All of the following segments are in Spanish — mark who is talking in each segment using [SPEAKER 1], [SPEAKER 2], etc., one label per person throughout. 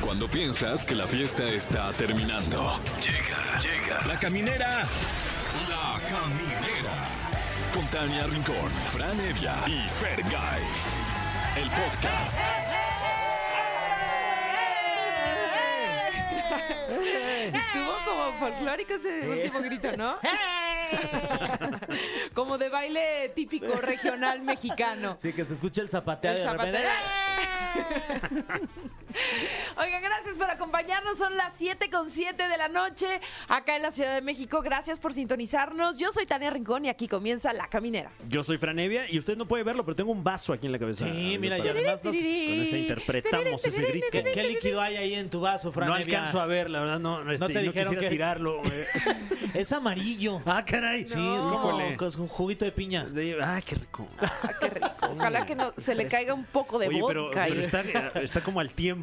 [SPEAKER 1] Cuando piensas que la fiesta está terminando. Llega, llega. La caminera. La caminera. Con Tania Rincón, Fran Evia y Fergay. El podcast.
[SPEAKER 2] Estuvo como folclórico ese último grito, ¿no? como de baile típico regional mexicano.
[SPEAKER 3] Sí, que se escucha el zapateo.
[SPEAKER 2] El
[SPEAKER 3] de repente. ¡ah!
[SPEAKER 2] zapateo.
[SPEAKER 4] ¡eh!
[SPEAKER 2] Oigan, gracias por acompañarnos. Son las 7 con 7 de la noche acá en la Ciudad de México. Gracias por sintonizarnos. Yo soy Tania Rincón y aquí comienza La Caminera.
[SPEAKER 4] Yo soy Franevia y usted no puede verlo, pero tengo un vaso aquí en la cabeza.
[SPEAKER 3] Sí, mira, y
[SPEAKER 4] ya
[SPEAKER 3] además no, sé
[SPEAKER 4] Con eso interpretamos ese grito.
[SPEAKER 3] qué, qué líquido hay ahí en tu vaso, Fran.
[SPEAKER 4] No
[SPEAKER 3] Evia?
[SPEAKER 4] alcanzo a ver, la verdad, no, no, este,
[SPEAKER 3] te
[SPEAKER 4] no
[SPEAKER 3] dijeron
[SPEAKER 4] quisiera
[SPEAKER 3] que-
[SPEAKER 4] tirarlo. eh.
[SPEAKER 3] Es amarillo.
[SPEAKER 4] ah, caray.
[SPEAKER 3] Sí, es como
[SPEAKER 4] Híjole.
[SPEAKER 3] es un juguito de piña.
[SPEAKER 4] De- Ah, qué rico.
[SPEAKER 2] Ah, qué rico. Ojalá que no, se le caiga un poco de
[SPEAKER 4] Oye, pero,
[SPEAKER 2] vodka.
[SPEAKER 4] pero
[SPEAKER 2] y-
[SPEAKER 4] está, eh, está como al tiempo.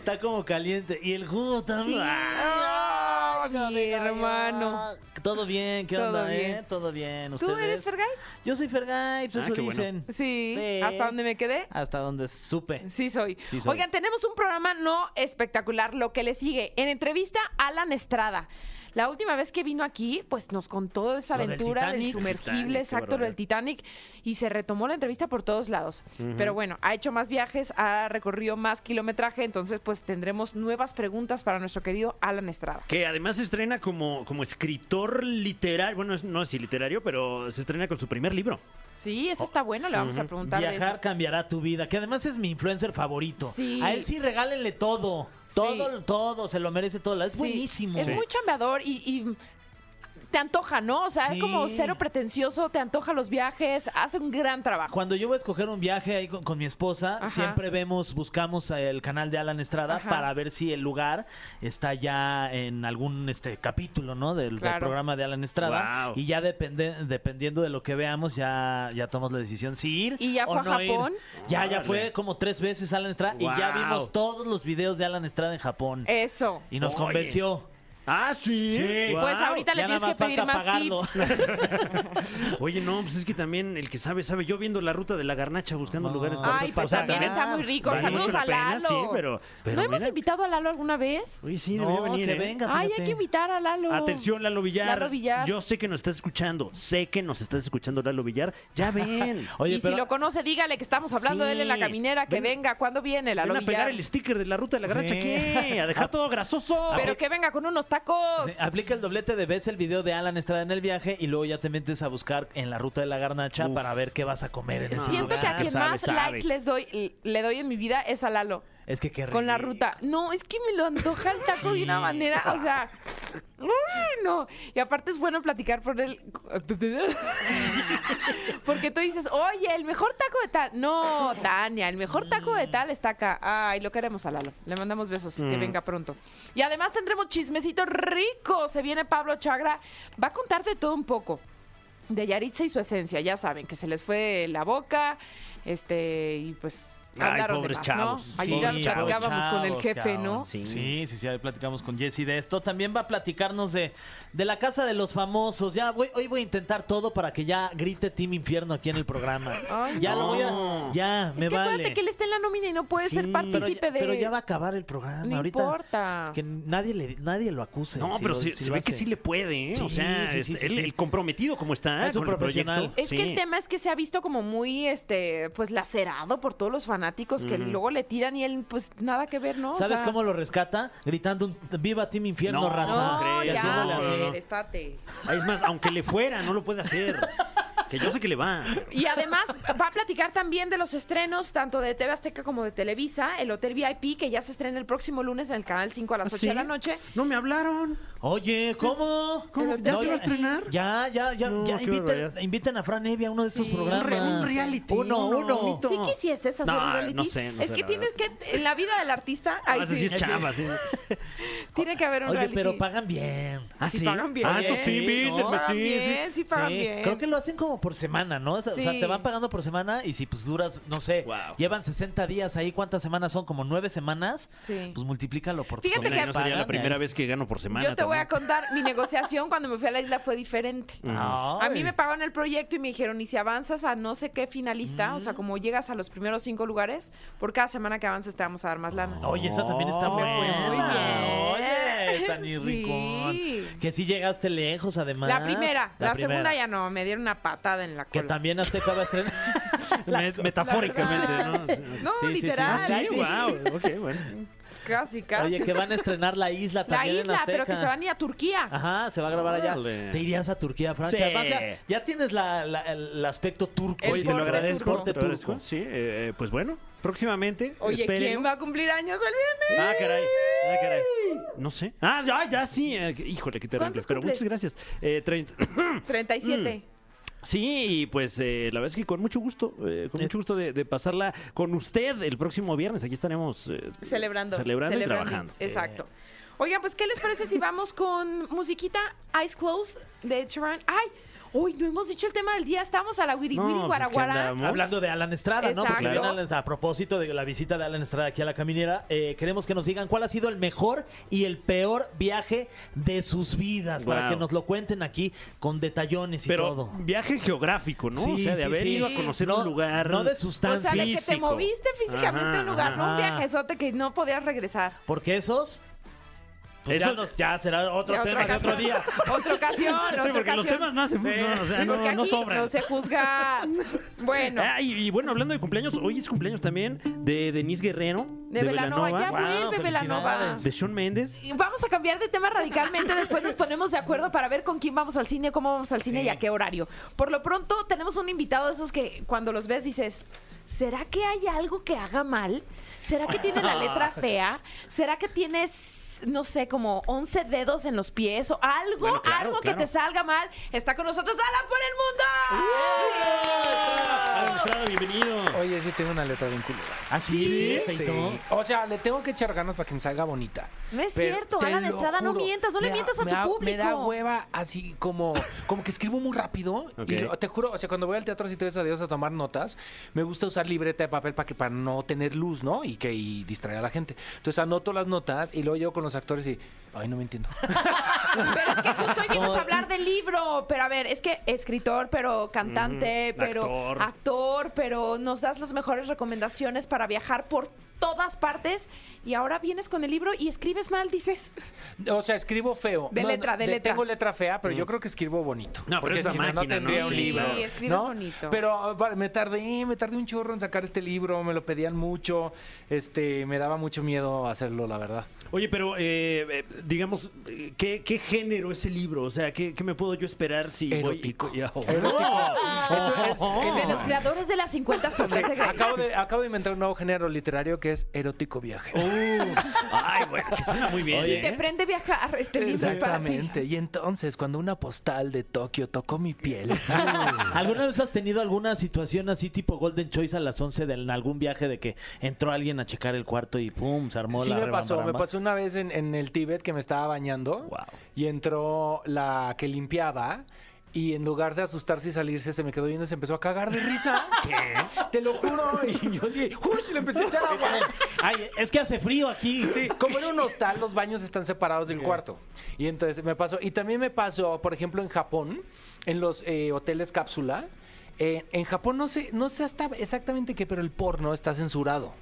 [SPEAKER 3] Está como caliente. Y el jugo también.
[SPEAKER 2] Ah, mi hermano.
[SPEAKER 3] Todo bien, ¿qué
[SPEAKER 2] Todo
[SPEAKER 3] onda, eh?
[SPEAKER 2] bien.
[SPEAKER 3] Todo bien.
[SPEAKER 2] ¿Tú
[SPEAKER 3] ¿ustedes?
[SPEAKER 2] eres Fergay?
[SPEAKER 3] Yo soy Fergay, pues
[SPEAKER 4] Ah,
[SPEAKER 3] eso
[SPEAKER 4] qué bueno.
[SPEAKER 3] dicen.
[SPEAKER 2] Sí.
[SPEAKER 3] Sí.
[SPEAKER 2] ¿Hasta dónde me quedé?
[SPEAKER 3] Hasta donde supe.
[SPEAKER 2] Sí soy.
[SPEAKER 3] Sí soy.
[SPEAKER 2] Oigan, tenemos un programa no espectacular. Lo que le sigue en entrevista Alan Estrada. La última vez que vino aquí, pues nos contó esa
[SPEAKER 3] Lo del
[SPEAKER 2] aventura del,
[SPEAKER 3] Titanic.
[SPEAKER 2] sumergible,
[SPEAKER 4] Titanic, qué
[SPEAKER 2] exacto, lo del
[SPEAKER 4] barbaridad.
[SPEAKER 2] Titanic, y se retomó la entrevista por todos lados. Pero bueno, ha hecho más viajes, ha recorrido más kilometraje, entonces pues tendremos nuevas preguntas para nuestro querido Alan Estrada.
[SPEAKER 4] Que además se estrena como, como escritor literario. Bueno, es- no sé si literario, pero se estrena con su primer libro.
[SPEAKER 2] Sí,
[SPEAKER 3] Oh.
[SPEAKER 2] eso está bueno, le vamos a preguntar de
[SPEAKER 3] Viajar
[SPEAKER 2] eso.
[SPEAKER 3] cambiará tu vida, que además es mi influencer favorito.
[SPEAKER 2] Sí.
[SPEAKER 3] A él sí regálenle todo.
[SPEAKER 2] Sí.
[SPEAKER 3] Todo, todo, se lo merece todo. Es
[SPEAKER 2] Sí,
[SPEAKER 3] buenísimo.
[SPEAKER 2] Es muy chambeador y, y te antoja, ¿no? O sea,
[SPEAKER 3] Sí.
[SPEAKER 2] es como cero pretencioso, te antoja los viajes, hace un gran trabajo.
[SPEAKER 3] Cuando yo voy a escoger un viaje ahí con, con mi esposa,
[SPEAKER 2] Ajá.
[SPEAKER 3] siempre vemos, buscamos el canal de Alan Estrada
[SPEAKER 2] Ajá.
[SPEAKER 3] para ver si el lugar está ya en algún este capítulo, ¿no? Del, del
[SPEAKER 2] Claro.
[SPEAKER 3] programa de Alan Estrada.
[SPEAKER 4] Guau.
[SPEAKER 3] Y ya depende, dependiendo de lo que veamos, ya, ya tomamos la decisión si ir
[SPEAKER 2] ¿Y ya
[SPEAKER 3] o
[SPEAKER 2] fue a
[SPEAKER 3] no ir.
[SPEAKER 2] Japón?
[SPEAKER 3] Ya, ya
[SPEAKER 4] Órale.
[SPEAKER 3] fue como tres veces Alan Estrada y ya
[SPEAKER 4] Guau.
[SPEAKER 3] vimos todos los videos de Alan Estrada en Japón.
[SPEAKER 2] Eso.
[SPEAKER 3] y nos
[SPEAKER 4] Oye.
[SPEAKER 3] convenció.
[SPEAKER 4] Ah, sí. Guau.
[SPEAKER 2] Pues ahorita le
[SPEAKER 3] ya nada
[SPEAKER 2] tienes que
[SPEAKER 3] más
[SPEAKER 2] pedir
[SPEAKER 3] falta
[SPEAKER 2] más
[SPEAKER 3] pagarlo.
[SPEAKER 2] tips.
[SPEAKER 4] Oye, no, pues es que también el que sabe, sabe. Yo viendo la ruta de la garnacha buscando
[SPEAKER 3] No.
[SPEAKER 4] lugares para
[SPEAKER 2] Ay,
[SPEAKER 4] esas
[SPEAKER 2] pues
[SPEAKER 3] o sea,
[SPEAKER 2] también
[SPEAKER 3] nada.
[SPEAKER 2] está muy rico.
[SPEAKER 3] Vale
[SPEAKER 2] Saludos
[SPEAKER 3] mucho
[SPEAKER 4] la
[SPEAKER 2] a
[SPEAKER 4] pena,
[SPEAKER 2] Lalo.
[SPEAKER 4] sí, pero- pero
[SPEAKER 2] ¿No hemos
[SPEAKER 4] mira.
[SPEAKER 2] invitado a Lalo alguna vez?
[SPEAKER 4] Oye, sí,
[SPEAKER 3] No,
[SPEAKER 4] debería venir.
[SPEAKER 3] que
[SPEAKER 4] ¿eh?
[SPEAKER 3] venga.
[SPEAKER 2] Ay, hay
[SPEAKER 3] fíjate.
[SPEAKER 2] que invitar a Lalo.
[SPEAKER 4] Atención, Lalo Villar.
[SPEAKER 2] Lalo Villar.
[SPEAKER 4] Yo sé que nos estás escuchando. Sé que nos estás escuchando, Lalo Villar. Ya ven.
[SPEAKER 3] Oye,
[SPEAKER 2] y
[SPEAKER 3] pero
[SPEAKER 2] si lo conoce, dígale que estamos hablando de él en la
[SPEAKER 4] Sí.
[SPEAKER 2] caminera, que
[SPEAKER 4] Ven-
[SPEAKER 2] venga. ¿Cuándo viene Lalo
[SPEAKER 4] Van a pegar
[SPEAKER 2] Villar?
[SPEAKER 4] el sticker de la ruta de la garracha
[SPEAKER 3] Sí.
[SPEAKER 4] ¿qué? A dejar todo grasoso.
[SPEAKER 2] Pero que venga con unos tacos.
[SPEAKER 4] Ah,
[SPEAKER 3] Sí, aplica el doblete de ves el video de Alan Estrada en el viaje y luego ya te metes a buscar en la ruta de la garnacha
[SPEAKER 4] Uf.
[SPEAKER 3] para ver qué vas a comer en ese
[SPEAKER 2] Siento
[SPEAKER 3] lugar.
[SPEAKER 2] que a quien
[SPEAKER 4] sabe,
[SPEAKER 2] más
[SPEAKER 4] sabe.
[SPEAKER 2] likes les doy, le doy en mi vida es a Lalo.
[SPEAKER 3] Es que qué rico.
[SPEAKER 2] Con la ruta. No, es que me lo antoja el taco de una
[SPEAKER 3] Sí.
[SPEAKER 2] manera, o sea. ¡Uy, no! Y aparte es bueno platicar por él. Porque tú dices, oye, el mejor taco de tal. No, Tania, el mejor taco de tal está acá. Ay, lo queremos a Lalo. Le mandamos besos.
[SPEAKER 3] Mm.
[SPEAKER 2] Que venga pronto. Y además tendremos chismecito rico. Se viene Pablo Chagra. Va a contarte todo un poco. De Yaritza y su esencia, ya saben, que se les fue la boca, este, y pues
[SPEAKER 4] Ay,
[SPEAKER 2] hablaron de
[SPEAKER 4] pobres
[SPEAKER 2] más,
[SPEAKER 4] chavos.
[SPEAKER 2] ¿no? Ayer
[SPEAKER 4] Sí, chavos,
[SPEAKER 2] platicábamos con el jefe, ¿no?
[SPEAKER 3] Sí, sí, sí, ahí platicamos con Jesse de esto. También va a platicarnos de, de la casa de los famosos. Ya voy, hoy voy a intentar todo para que ya grite Team Infierno aquí en el programa.
[SPEAKER 2] Ay,
[SPEAKER 3] ya lo
[SPEAKER 4] no.
[SPEAKER 3] voy a. Ya,
[SPEAKER 2] Es
[SPEAKER 3] me
[SPEAKER 2] que
[SPEAKER 3] vale.
[SPEAKER 2] acuérdate que él está en la nómina y no puede ser
[SPEAKER 4] Sí,
[SPEAKER 3] pero,
[SPEAKER 2] partícipe
[SPEAKER 3] ya,
[SPEAKER 2] de.
[SPEAKER 3] pero ya va a acabar el programa
[SPEAKER 2] No
[SPEAKER 3] ahorita.
[SPEAKER 2] importa.
[SPEAKER 3] Que nadie, le, nadie lo acuse.
[SPEAKER 4] No,
[SPEAKER 3] si
[SPEAKER 4] pero
[SPEAKER 3] lo-
[SPEAKER 4] se,
[SPEAKER 3] si
[SPEAKER 4] se
[SPEAKER 3] lo
[SPEAKER 4] ve que
[SPEAKER 3] hace.
[SPEAKER 4] sí le puede, ¿eh? o
[SPEAKER 3] Sí,
[SPEAKER 4] sea,
[SPEAKER 3] sí,
[SPEAKER 4] es-
[SPEAKER 3] sí, sí,
[SPEAKER 4] él-
[SPEAKER 3] sí.
[SPEAKER 4] el comprometido como está
[SPEAKER 3] Es un
[SPEAKER 4] con el proyecto.
[SPEAKER 3] profesional.
[SPEAKER 2] Es que
[SPEAKER 4] Sí.
[SPEAKER 2] el tema es que se ha visto como muy, este, pues lacerado por todos los fanáticos que luego le tiran y él, pues nada que ver, ¿no? O
[SPEAKER 3] ¿Sabes
[SPEAKER 2] sea,
[SPEAKER 3] cómo lo rescata? Gritando un "Viva Team Infierno,
[SPEAKER 4] No,
[SPEAKER 3] raza".
[SPEAKER 2] No, ya,
[SPEAKER 4] crees,
[SPEAKER 3] Y haciéndole
[SPEAKER 4] no,
[SPEAKER 3] así.
[SPEAKER 4] no, no.
[SPEAKER 2] estate.
[SPEAKER 4] Ah, Es más, aunque le fuera, no lo puede hacer. Que yo sé que le va.
[SPEAKER 2] Y además va a platicar también de los estrenos, tanto de TV Azteca como de Televisa, el Hotel VIP, que ya se estrena el próximo lunes en el canal 5 a las 8
[SPEAKER 4] ¿Sí?
[SPEAKER 2] de la noche.
[SPEAKER 4] No me hablaron.
[SPEAKER 3] Oye, ¿cómo?
[SPEAKER 4] ¿Cómo? ¿Ya se va a estrenar?
[SPEAKER 3] Ya, ya, ya,
[SPEAKER 4] No,
[SPEAKER 3] ya
[SPEAKER 4] qué
[SPEAKER 3] inviten,
[SPEAKER 4] barbaridad.
[SPEAKER 3] inviten a Fran Evia a uno de estos
[SPEAKER 2] Sí.
[SPEAKER 3] programas.
[SPEAKER 4] Un re- un reality,
[SPEAKER 3] Uno,
[SPEAKER 4] uno
[SPEAKER 3] uno.
[SPEAKER 4] bonito.
[SPEAKER 2] Sí quisieses hacer
[SPEAKER 4] No,
[SPEAKER 2] un reality.
[SPEAKER 4] no sé, no
[SPEAKER 2] es
[SPEAKER 4] sé,
[SPEAKER 2] que
[SPEAKER 4] la
[SPEAKER 2] tienes que, en la vida del artista, ay,
[SPEAKER 4] Ah, sí,
[SPEAKER 2] sí,
[SPEAKER 4] es chava, sí.
[SPEAKER 2] tiene que haber un
[SPEAKER 3] Oye,
[SPEAKER 2] reality.
[SPEAKER 3] pero pagan bien.
[SPEAKER 4] Ah,
[SPEAKER 2] Sí pagan bien.
[SPEAKER 4] Ah, no, sí,
[SPEAKER 3] Sí, ¿no?
[SPEAKER 4] invítenme,
[SPEAKER 2] Pagan
[SPEAKER 4] sí, sí.
[SPEAKER 2] bien, sí pagan bien.
[SPEAKER 3] Creo que lo hacen como como por semana, ¿no? O sea, o sea,
[SPEAKER 2] Sí.
[SPEAKER 3] te van pagando por semana y si pues duras, no sé,
[SPEAKER 4] Wow.
[SPEAKER 3] llevan 60 días ahí, ¿cuántas semanas son? Como nueve semanas,
[SPEAKER 2] Sí.
[SPEAKER 3] pues multiplícalo por
[SPEAKER 2] Fíjate
[SPEAKER 3] tus
[SPEAKER 2] que-
[SPEAKER 4] Mira,
[SPEAKER 3] familiares
[SPEAKER 4] no sería la
[SPEAKER 3] pagan,
[SPEAKER 4] primera
[SPEAKER 3] es-
[SPEAKER 4] vez que gano por semana.
[SPEAKER 2] Yo te voy a
[SPEAKER 4] tampoco.
[SPEAKER 2] contar, mi negociación cuando me fui a la isla fue diferente.
[SPEAKER 4] Mm.
[SPEAKER 3] Ay.
[SPEAKER 2] A mí me pagaron el proyecto y me dijeron, y si avanzas a no sé qué finalista, o sea,
[SPEAKER 3] Mm.
[SPEAKER 2] como llegas a los primeros cinco lugares, por cada semana que avances te vamos a dar más lana.
[SPEAKER 3] Oye, esa también está
[SPEAKER 4] Me
[SPEAKER 3] buena.
[SPEAKER 4] fue muy
[SPEAKER 2] bien.
[SPEAKER 3] Oye, Tani
[SPEAKER 2] Sí.
[SPEAKER 3] Rincón. Que sí llegaste lejos, además.
[SPEAKER 2] la primera, la,
[SPEAKER 3] primera.
[SPEAKER 2] segunda ya no, me dieron una patada en la
[SPEAKER 3] Que
[SPEAKER 2] cola.
[SPEAKER 3] también Azteca va a estrenar.
[SPEAKER 4] Me- metafóricamente,
[SPEAKER 2] la
[SPEAKER 4] ¿no?
[SPEAKER 2] verdad. No,
[SPEAKER 3] Sí, sí, sí.
[SPEAKER 2] literal.
[SPEAKER 3] Ah, sí.
[SPEAKER 2] sí.
[SPEAKER 4] wow. Ok, bueno.
[SPEAKER 2] Casi, casi.
[SPEAKER 3] Oye, que van a estrenar la isla
[SPEAKER 2] la
[SPEAKER 3] también en
[SPEAKER 2] isla, pero que
[SPEAKER 3] Azteca.
[SPEAKER 2] se van a ir a Turquía.
[SPEAKER 3] Ajá, se va a grabar allá.
[SPEAKER 4] Órale.
[SPEAKER 3] Te irías a Turquía, Fran. que
[SPEAKER 4] Sí.
[SPEAKER 3] además ya, ya tienes la- la- el aspecto turco.
[SPEAKER 2] El
[SPEAKER 4] Oye, te
[SPEAKER 2] porte
[SPEAKER 4] lo agradezco.
[SPEAKER 2] turco.
[SPEAKER 4] Te lo agradezco. Sí, eh, pues bueno, próximamente.
[SPEAKER 2] Oye,
[SPEAKER 4] esperen.
[SPEAKER 2] ¿quién va a cumplir años el viernes?
[SPEAKER 4] Ah, caray. Ah, caray. No sé. Ah, ya, ya sí. eh, híjole, qué terrible.
[SPEAKER 2] ¿Cuántos
[SPEAKER 4] Pero
[SPEAKER 2] cumples?
[SPEAKER 4] muchas gracias. Eh, 30.
[SPEAKER 2] 37.
[SPEAKER 3] Mm.
[SPEAKER 4] Sí, y pues eh, la verdad es que con mucho gusto, eh, con mucho gusto de, de pasarla con usted el próximo viernes. Aquí estaremos eh,
[SPEAKER 2] Celebrando.
[SPEAKER 4] celebrando, y
[SPEAKER 2] celebrando.
[SPEAKER 4] trabajando.
[SPEAKER 2] Exacto. Oigan, pues, ¿qué les parece si vamos con musiquita Eyes Closed de Ed Sheeran? ¡Ay! Hoy no hemos dicho el tema del día. Estamos a la Wiri
[SPEAKER 4] No,
[SPEAKER 2] Wiri
[SPEAKER 4] pues, ¿qué
[SPEAKER 2] Guaraguara.
[SPEAKER 4] andamos?
[SPEAKER 3] Hablando de Alan Estrada, ¿no? Porque
[SPEAKER 2] Exacto.
[SPEAKER 3] viene Alan- a propósito de la visita de Alan Estrada aquí a la caminera, eh, queremos que nos digan cuál ha sido el mejor y el peor viaje de sus vidas, para
[SPEAKER 4] Wow.
[SPEAKER 3] que nos lo cuenten aquí con detallones y
[SPEAKER 4] Pero
[SPEAKER 3] todo.
[SPEAKER 4] viaje geográfico, ¿no?
[SPEAKER 3] Sí,
[SPEAKER 4] o sea, de
[SPEAKER 3] sí,
[SPEAKER 4] haber
[SPEAKER 3] sí.
[SPEAKER 4] ido a conocer
[SPEAKER 3] No-
[SPEAKER 4] un lugar.
[SPEAKER 3] no de
[SPEAKER 2] o sea,
[SPEAKER 3] sustancia.
[SPEAKER 2] de que te
[SPEAKER 4] Físico.
[SPEAKER 2] moviste físicamente
[SPEAKER 4] Ajá,
[SPEAKER 2] a un lugar, no un
[SPEAKER 3] ajá.
[SPEAKER 2] viajezote que no podías regresar.
[SPEAKER 3] Porque esos. pues
[SPEAKER 4] Eso-
[SPEAKER 3] ya, nos- ya será otro
[SPEAKER 2] Ya
[SPEAKER 3] tema de otro
[SPEAKER 2] ocasión.
[SPEAKER 3] día.
[SPEAKER 2] Otra ocasión,
[SPEAKER 4] Sí,
[SPEAKER 2] otra
[SPEAKER 4] porque los
[SPEAKER 2] ocasión.
[SPEAKER 4] temas no, hacen- no, o sea,
[SPEAKER 2] Sí,
[SPEAKER 4] no,
[SPEAKER 2] porque
[SPEAKER 4] no
[SPEAKER 2] aquí
[SPEAKER 4] sobran.
[SPEAKER 2] no se juzga. Bueno.
[SPEAKER 4] Ah, y, y bueno, hablando de cumpleaños, hoy es cumpleaños también de Denise Guerrero,
[SPEAKER 2] De Velanova, ya
[SPEAKER 3] Guau,
[SPEAKER 2] vuelve Velanova.
[SPEAKER 3] felicidades.
[SPEAKER 4] de Sean Méndez.
[SPEAKER 2] Y Vamos a cambiar de tema radicalmente, después nos ponemos de acuerdo para ver con quién vamos al cine, cómo vamos al cine y a qué horario. Por lo pronto tenemos un invitado de esos que cuando los ves dices, ¿será que hay algo que haga mal? ¿Será que tiene la letra fea? ¿Será que tienes, no sé, como 11 dedos en los pies o algo,
[SPEAKER 4] Bueno, claro,
[SPEAKER 2] algo
[SPEAKER 4] claro.
[SPEAKER 2] que te salga mal? Está con nosotros Alan por el mundo.
[SPEAKER 4] ¡Uh! Alan Ah, Estrada, bienvenido.
[SPEAKER 5] Oye, sí tengo una letra bien culera.
[SPEAKER 4] ¿Ah,
[SPEAKER 3] Así
[SPEAKER 2] Oh, Sí.
[SPEAKER 3] es, Feito.
[SPEAKER 5] O sea, le tengo que echar ganas para que me salga bonita.
[SPEAKER 2] No es
[SPEAKER 5] Pero
[SPEAKER 2] cierto,
[SPEAKER 5] te
[SPEAKER 2] Alan
[SPEAKER 5] lo
[SPEAKER 2] Estrada, no
[SPEAKER 5] juro,
[SPEAKER 2] mientas, no le
[SPEAKER 5] me da-
[SPEAKER 2] mientas a
[SPEAKER 5] me
[SPEAKER 2] tu
[SPEAKER 5] da-
[SPEAKER 2] público.
[SPEAKER 5] Me da hueva así como, como que escribo muy rápido.
[SPEAKER 4] Ok.
[SPEAKER 5] Y lo- te juro, o sea, cuando voy al teatro así te ves a Dios a tomar notas, me gusta usar libreta de papel para que para no tener luz, ¿no? Y que y distraer a la gente. Entonces anoto las notas y luego llego con los actores y, ay, no me entiendo.
[SPEAKER 2] Pero es que justo hoy vienes a hablar del libro. Pero a ver, es que escritor, pero cantante,
[SPEAKER 4] Ujú,
[SPEAKER 2] pero
[SPEAKER 4] actor.
[SPEAKER 2] actor. pero nos das las mejores recomendaciones para viajar por todas partes. Y ahora vienes con el libro y escribes mal, dices.
[SPEAKER 5] O sea, escribo feo.
[SPEAKER 2] De letra, de letra.
[SPEAKER 5] Tengo letra fea, pero yo creo que escribo bonito.
[SPEAKER 4] Mm. No, pero
[SPEAKER 5] Porque
[SPEAKER 4] esa
[SPEAKER 5] si no, no
[SPEAKER 4] máquina, ¿no?
[SPEAKER 5] tendría un
[SPEAKER 4] Sí,
[SPEAKER 5] libro.
[SPEAKER 4] claro.
[SPEAKER 2] escribes
[SPEAKER 5] ¿no?
[SPEAKER 2] bonito.
[SPEAKER 5] Pero ah, vale, me tardé, me tardé un chorro en sacar este libro, me lo pedían mucho, este, me daba mucho miedo hacerlo, la verdad.
[SPEAKER 4] Oye, pero eh, eh, digamos, eh, ¿qué, qué género es el libro? O sea, ¿qué, qué me puedo yo esperar si voy-
[SPEAKER 5] Erótico.
[SPEAKER 4] y- y- oh.
[SPEAKER 5] Eso es-
[SPEAKER 2] El Ah. Oh. de los
[SPEAKER 5] no.
[SPEAKER 2] creadores de las 50
[SPEAKER 5] O sea,
[SPEAKER 2] sombras de Grey.
[SPEAKER 5] acabo, de, acabo de inventar un nuevo género literario que es erótico viaje.
[SPEAKER 2] Oh,
[SPEAKER 4] Ay, bueno, que suena muy bien.
[SPEAKER 2] Si
[SPEAKER 4] ¿eh?
[SPEAKER 2] te prende viajar, este libro es para ti.
[SPEAKER 5] Exactamente. Y entonces, cuando una postal de Tokio tocó mi piel.
[SPEAKER 3] ¿Alguna vez has tenido alguna situación así tipo Golden Choice a las 11 de, en algún viaje de que entró alguien a checar el cuarto y pum, se armó
[SPEAKER 5] Sí
[SPEAKER 3] la
[SPEAKER 5] me pasó, me
[SPEAKER 3] rebambaramba?
[SPEAKER 5] pasó una vez en, en el Tíbet que me estaba bañando y entró la que limpiaba y en lugar de asustarse y salirse se me quedó viendo y se empezó a cagar de risa. Te lo juro. Y yo así, ¡ush! Le empecé a echar agua.
[SPEAKER 3] Ay, es que hace frío aquí.
[SPEAKER 5] Sí, como en un hostal los baños están separados del cuarto. Y entonces me pasó. Y también me pasó, por ejemplo, en Japón, en los eh, hoteles cápsula. eh, en Japón no sé, no sé hasta exactamente qué, pero el porno está censurado.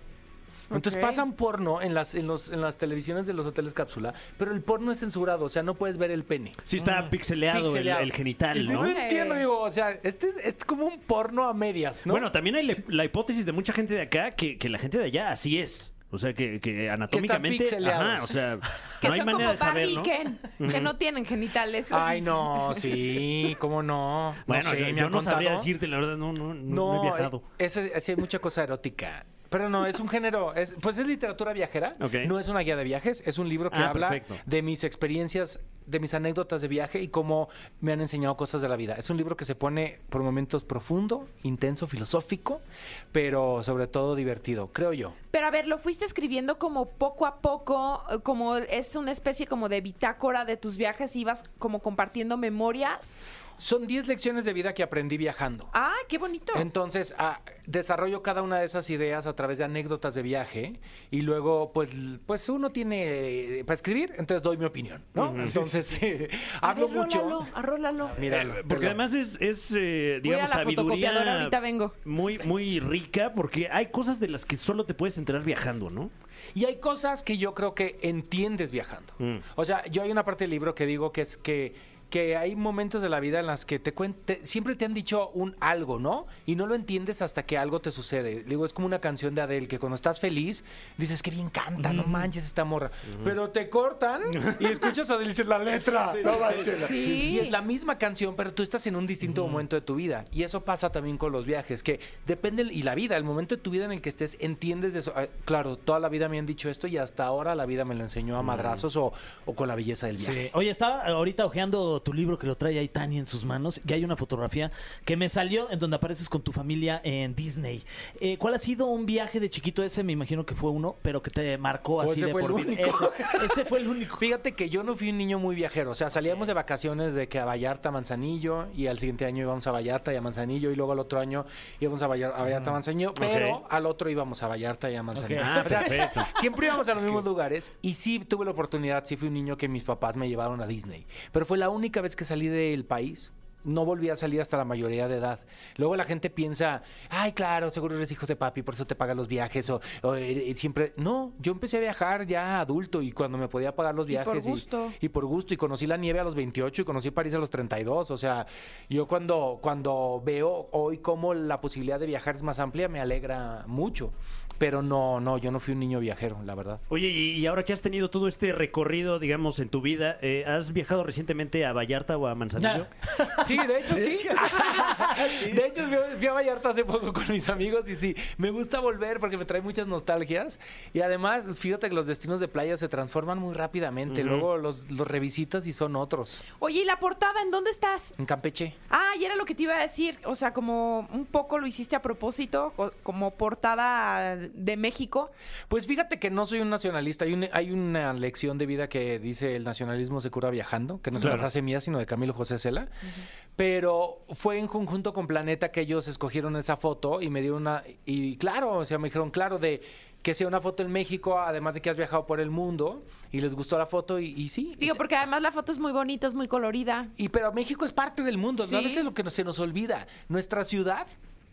[SPEAKER 5] Entonces
[SPEAKER 2] Ok.
[SPEAKER 5] pasan porno en las, en, los, en las televisiones de los hoteles cápsula, pero el porno es censurado, o sea, no puedes ver el pene.
[SPEAKER 4] Sí
[SPEAKER 2] Ah.
[SPEAKER 4] está pixeleado, el-
[SPEAKER 5] Pixeleado.
[SPEAKER 4] El, genital,
[SPEAKER 5] Y yo
[SPEAKER 4] ¿no?
[SPEAKER 5] no entiendo, digo, o sea, este es, es como un porno a medias, ¿no?
[SPEAKER 4] Bueno, también hay la- la hipótesis de mucha gente de acá que, que la gente de allá así es. O sea, que, que anatómicamente...
[SPEAKER 5] pixeleados.
[SPEAKER 4] ajá, o sea,
[SPEAKER 2] Que
[SPEAKER 4] no hay
[SPEAKER 2] son como Barbie
[SPEAKER 4] manera de saber,
[SPEAKER 2] y
[SPEAKER 4] ¿no?
[SPEAKER 2] Ken, que no tienen genitales.
[SPEAKER 5] Ay, no, sí, cómo no. No
[SPEAKER 4] Bueno,
[SPEAKER 5] sé,
[SPEAKER 4] yo,
[SPEAKER 5] me
[SPEAKER 4] yo
[SPEAKER 5] han
[SPEAKER 4] no sabría
[SPEAKER 5] contado.
[SPEAKER 4] decirte, la verdad, no, no, no,
[SPEAKER 5] No,
[SPEAKER 4] no he viajado.
[SPEAKER 5] eh, ese- ese hay mucha cosa erótica. Pero no, es un género, es, pues es literatura viajera,
[SPEAKER 4] Ok.
[SPEAKER 5] no es una guía de viajes, es un libro que
[SPEAKER 4] Ah,
[SPEAKER 5] habla
[SPEAKER 4] perfecto.
[SPEAKER 5] de mis experiencias, de mis anécdotas de viaje y cómo me han enseñado cosas de la vida. Es un libro que se pone por momentos profundo, intenso, filosófico, pero sobre todo divertido, creo yo.
[SPEAKER 2] Pero a ver, lo fuiste escribiendo como poco a poco, eh, como es una especie como de bitácora de tus viajes, ibas como compartiendo memorias.
[SPEAKER 5] Son 10 lecciones de vida que aprendí viajando.
[SPEAKER 2] Ah, qué bonito.
[SPEAKER 5] Entonces, ah, desarrollo cada una de esas ideas a través de anécdotas de viaje y luego, pues, l- pues uno tiene eh, para escribir, entonces doy mi opinión, ¿no? Entonces, eh,
[SPEAKER 2] A
[SPEAKER 5] hablo
[SPEAKER 2] ver,
[SPEAKER 5] mucho.
[SPEAKER 2] rólalo, arrólalo.
[SPEAKER 5] Mira,
[SPEAKER 4] Eh, porque
[SPEAKER 5] perdón.
[SPEAKER 4] además es, es, eh,
[SPEAKER 2] Voy a
[SPEAKER 4] digamos,
[SPEAKER 2] la fotocopiadora,
[SPEAKER 4] sabiduría
[SPEAKER 2] ahorita vengo.
[SPEAKER 4] muy muy rica porque hay cosas de las que solo te puedes enterar viajando, ¿no?
[SPEAKER 5] Y hay cosas que yo creo que entiendes viajando.
[SPEAKER 4] Mm.
[SPEAKER 5] O sea, yo hay una parte del libro que digo que es que, que hay momentos de la vida en las que te cuente, siempre te han dicho un algo, ¿no? Y no lo entiendes hasta que algo te sucede. Digo, es como una canción de Adele que cuando estás feliz dices que bien canta, no manches esta morra. Pero te cortan y escuchas a Adele y dices la letra. no manches.
[SPEAKER 2] sí, sí.
[SPEAKER 5] Y es la misma canción, pero tú estás en un distinto momento de tu vida. Y eso pasa también con los viajes, que depende, y la vida, el momento de tu vida en el que estés, entiendes de eso. Ah, Claro, toda la vida me han dicho esto y hasta ahora la vida me lo enseñó a madrazos o, o con la belleza del viaje.
[SPEAKER 3] Sí. Oye, estaba ahorita hojeando tu libro que lo trae ahí Tani en sus manos y hay una fotografía que me salió en donde apareces con tu familia en Disney. Eh, ¿Cuál ha sido un viaje de chiquito ese? Me imagino que fue uno, pero que te marcó
[SPEAKER 5] O
[SPEAKER 3] así
[SPEAKER 5] ese
[SPEAKER 3] de
[SPEAKER 5] fue
[SPEAKER 3] por
[SPEAKER 5] el
[SPEAKER 3] vida.
[SPEAKER 5] único.
[SPEAKER 3] Ese, ese fue el único.
[SPEAKER 5] Fíjate que yo no fui un niño muy viajero, o sea, salíamos de vacaciones de que a Vallarta, Manzanillo, y al siguiente año íbamos a Vallarta y a Manzanillo, y luego al otro año íbamos a, Vallar- a Vallarta, Manzanillo, pero
[SPEAKER 4] Ok.
[SPEAKER 5] al otro íbamos a Vallarta y a Manzanillo.
[SPEAKER 3] Ok.
[SPEAKER 4] Ah,
[SPEAKER 5] O sea,
[SPEAKER 4] perfecto.
[SPEAKER 5] siempre íbamos a los mismos lugares, y sí tuve la oportunidad, sí fui un niño que mis papás me llevaron a Disney, pero fue la única vez que salí del país. No volví a salir hasta la mayoría de edad. Luego la gente piensa, ay, claro, seguro eres hijo de papi, por eso te pagan los viajes. O, o, eh, eh, siempre. No, yo empecé a viajar ya adulto y cuando me podía pagar los
[SPEAKER 2] Y por
[SPEAKER 5] viajes.
[SPEAKER 2] gusto.
[SPEAKER 5] Y por gusto. Y conocí la nieve a los 28 y conocí París a los 32. O sea, yo cuando, cuando veo hoy cómo la posibilidad de viajar es más amplia, me alegra mucho. Pero no, no, yo no fui un niño viajero, la verdad.
[SPEAKER 4] Oye, y, y ahora que has tenido todo este recorrido, digamos, en tu vida, eh, ¿has viajado recientemente a Vallarta o a Manzanillo?
[SPEAKER 5] Sí, de hecho, sí. De hecho, fui a- fui a Vallarta hace poco con mis amigos y sí, me gusta volver porque me trae muchas nostalgias. Y además, fíjate que los destinos de playa se transforman muy rápidamente. Luego los, los revisitas y son otros.
[SPEAKER 2] Oye, ¿y la portada en dónde estás?
[SPEAKER 5] En Campeche.
[SPEAKER 2] Ah, y era lo que te iba a decir. O sea, como un poco lo hiciste a propósito, co- como portada de México.
[SPEAKER 5] Pues fíjate que no soy un nacionalista. Hay, un- hay una lección de vida que dice el nacionalismo se cura viajando, que no es
[SPEAKER 4] Claro.
[SPEAKER 5] una frase mía, sino de Camilo José Cela. Pero fue en conjunto con Planeta que ellos escogieron esa foto y me dieron una... Y claro, o sea, me dijeron, claro, de que sea una foto en México, además de que has viajado por el mundo, y les gustó la foto y, y sí.
[SPEAKER 2] Digo, porque además la foto es muy bonita, es muy colorida.
[SPEAKER 5] Y pero México es parte del mundo, ¿no? A
[SPEAKER 2] Sí.
[SPEAKER 5] veces lo que no- se nos olvida, nuestra ciudad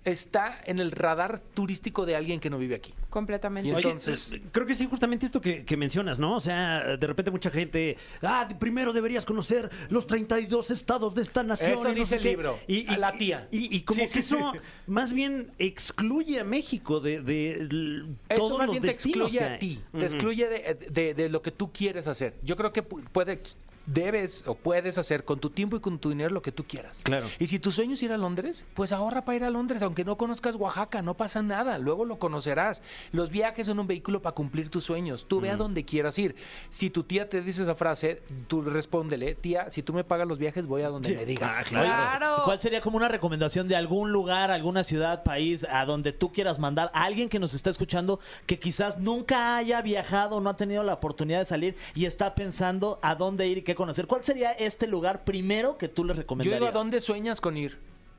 [SPEAKER 5] está en el radar turístico de alguien que no vive aquí.
[SPEAKER 2] Completamente.
[SPEAKER 5] Y
[SPEAKER 4] Oye,
[SPEAKER 5] entonces-
[SPEAKER 4] eh, creo que sí, justamente esto que, que mencionas, ¿no? O sea, de repente mucha gente, ah, de- primero deberías conocer los 32 estados de esta nación.
[SPEAKER 5] Eso
[SPEAKER 4] y no
[SPEAKER 5] dice
[SPEAKER 4] sé
[SPEAKER 5] el
[SPEAKER 4] qué".
[SPEAKER 5] libro, a la tía.
[SPEAKER 4] Y, y como
[SPEAKER 5] Sí,
[SPEAKER 4] que
[SPEAKER 5] sí,
[SPEAKER 4] eso
[SPEAKER 5] sí.
[SPEAKER 4] más bien excluye a México de, de l-
[SPEAKER 5] Eso
[SPEAKER 4] todos
[SPEAKER 5] más
[SPEAKER 4] los
[SPEAKER 5] bien te
[SPEAKER 4] destinos
[SPEAKER 5] excluye
[SPEAKER 4] que
[SPEAKER 5] a
[SPEAKER 4] hay.
[SPEAKER 5] ti,
[SPEAKER 4] Ujú.
[SPEAKER 5] te excluye de, eh, de- de lo que tú quieres hacer. Yo creo que pu- puede, debes o puedes hacer con tu tiempo y con tu dinero lo que tú quieras.
[SPEAKER 4] Claro.
[SPEAKER 5] Y si tu sueño es ir a Londres, pues ahorra para ir a Londres, aunque no conozcas Oaxaca, no pasa nada, luego lo conocerás. Los viajes son un vehículo para cumplir tus sueños, tú
[SPEAKER 4] Mm.
[SPEAKER 5] ve a donde quieras ir. Si tu tía te dice esa frase, tú respóndele, tía, si tú me pagas los viajes, voy a donde me digas.
[SPEAKER 4] Ah,
[SPEAKER 3] Oye,
[SPEAKER 2] Claro.
[SPEAKER 3] ¿Cuál sería como una recomendación de algún lugar, alguna ciudad, país, a donde tú quieras mandar a alguien que nos está escuchando que quizás nunca haya viajado, no ha tenido la oportunidad de salir y está pensando a dónde ir y qué conocer? ¿Cuál sería este lugar primero que tú les
[SPEAKER 5] Yo
[SPEAKER 3] recomendarías?
[SPEAKER 5] digo, ¿a dónde sueñas con ir?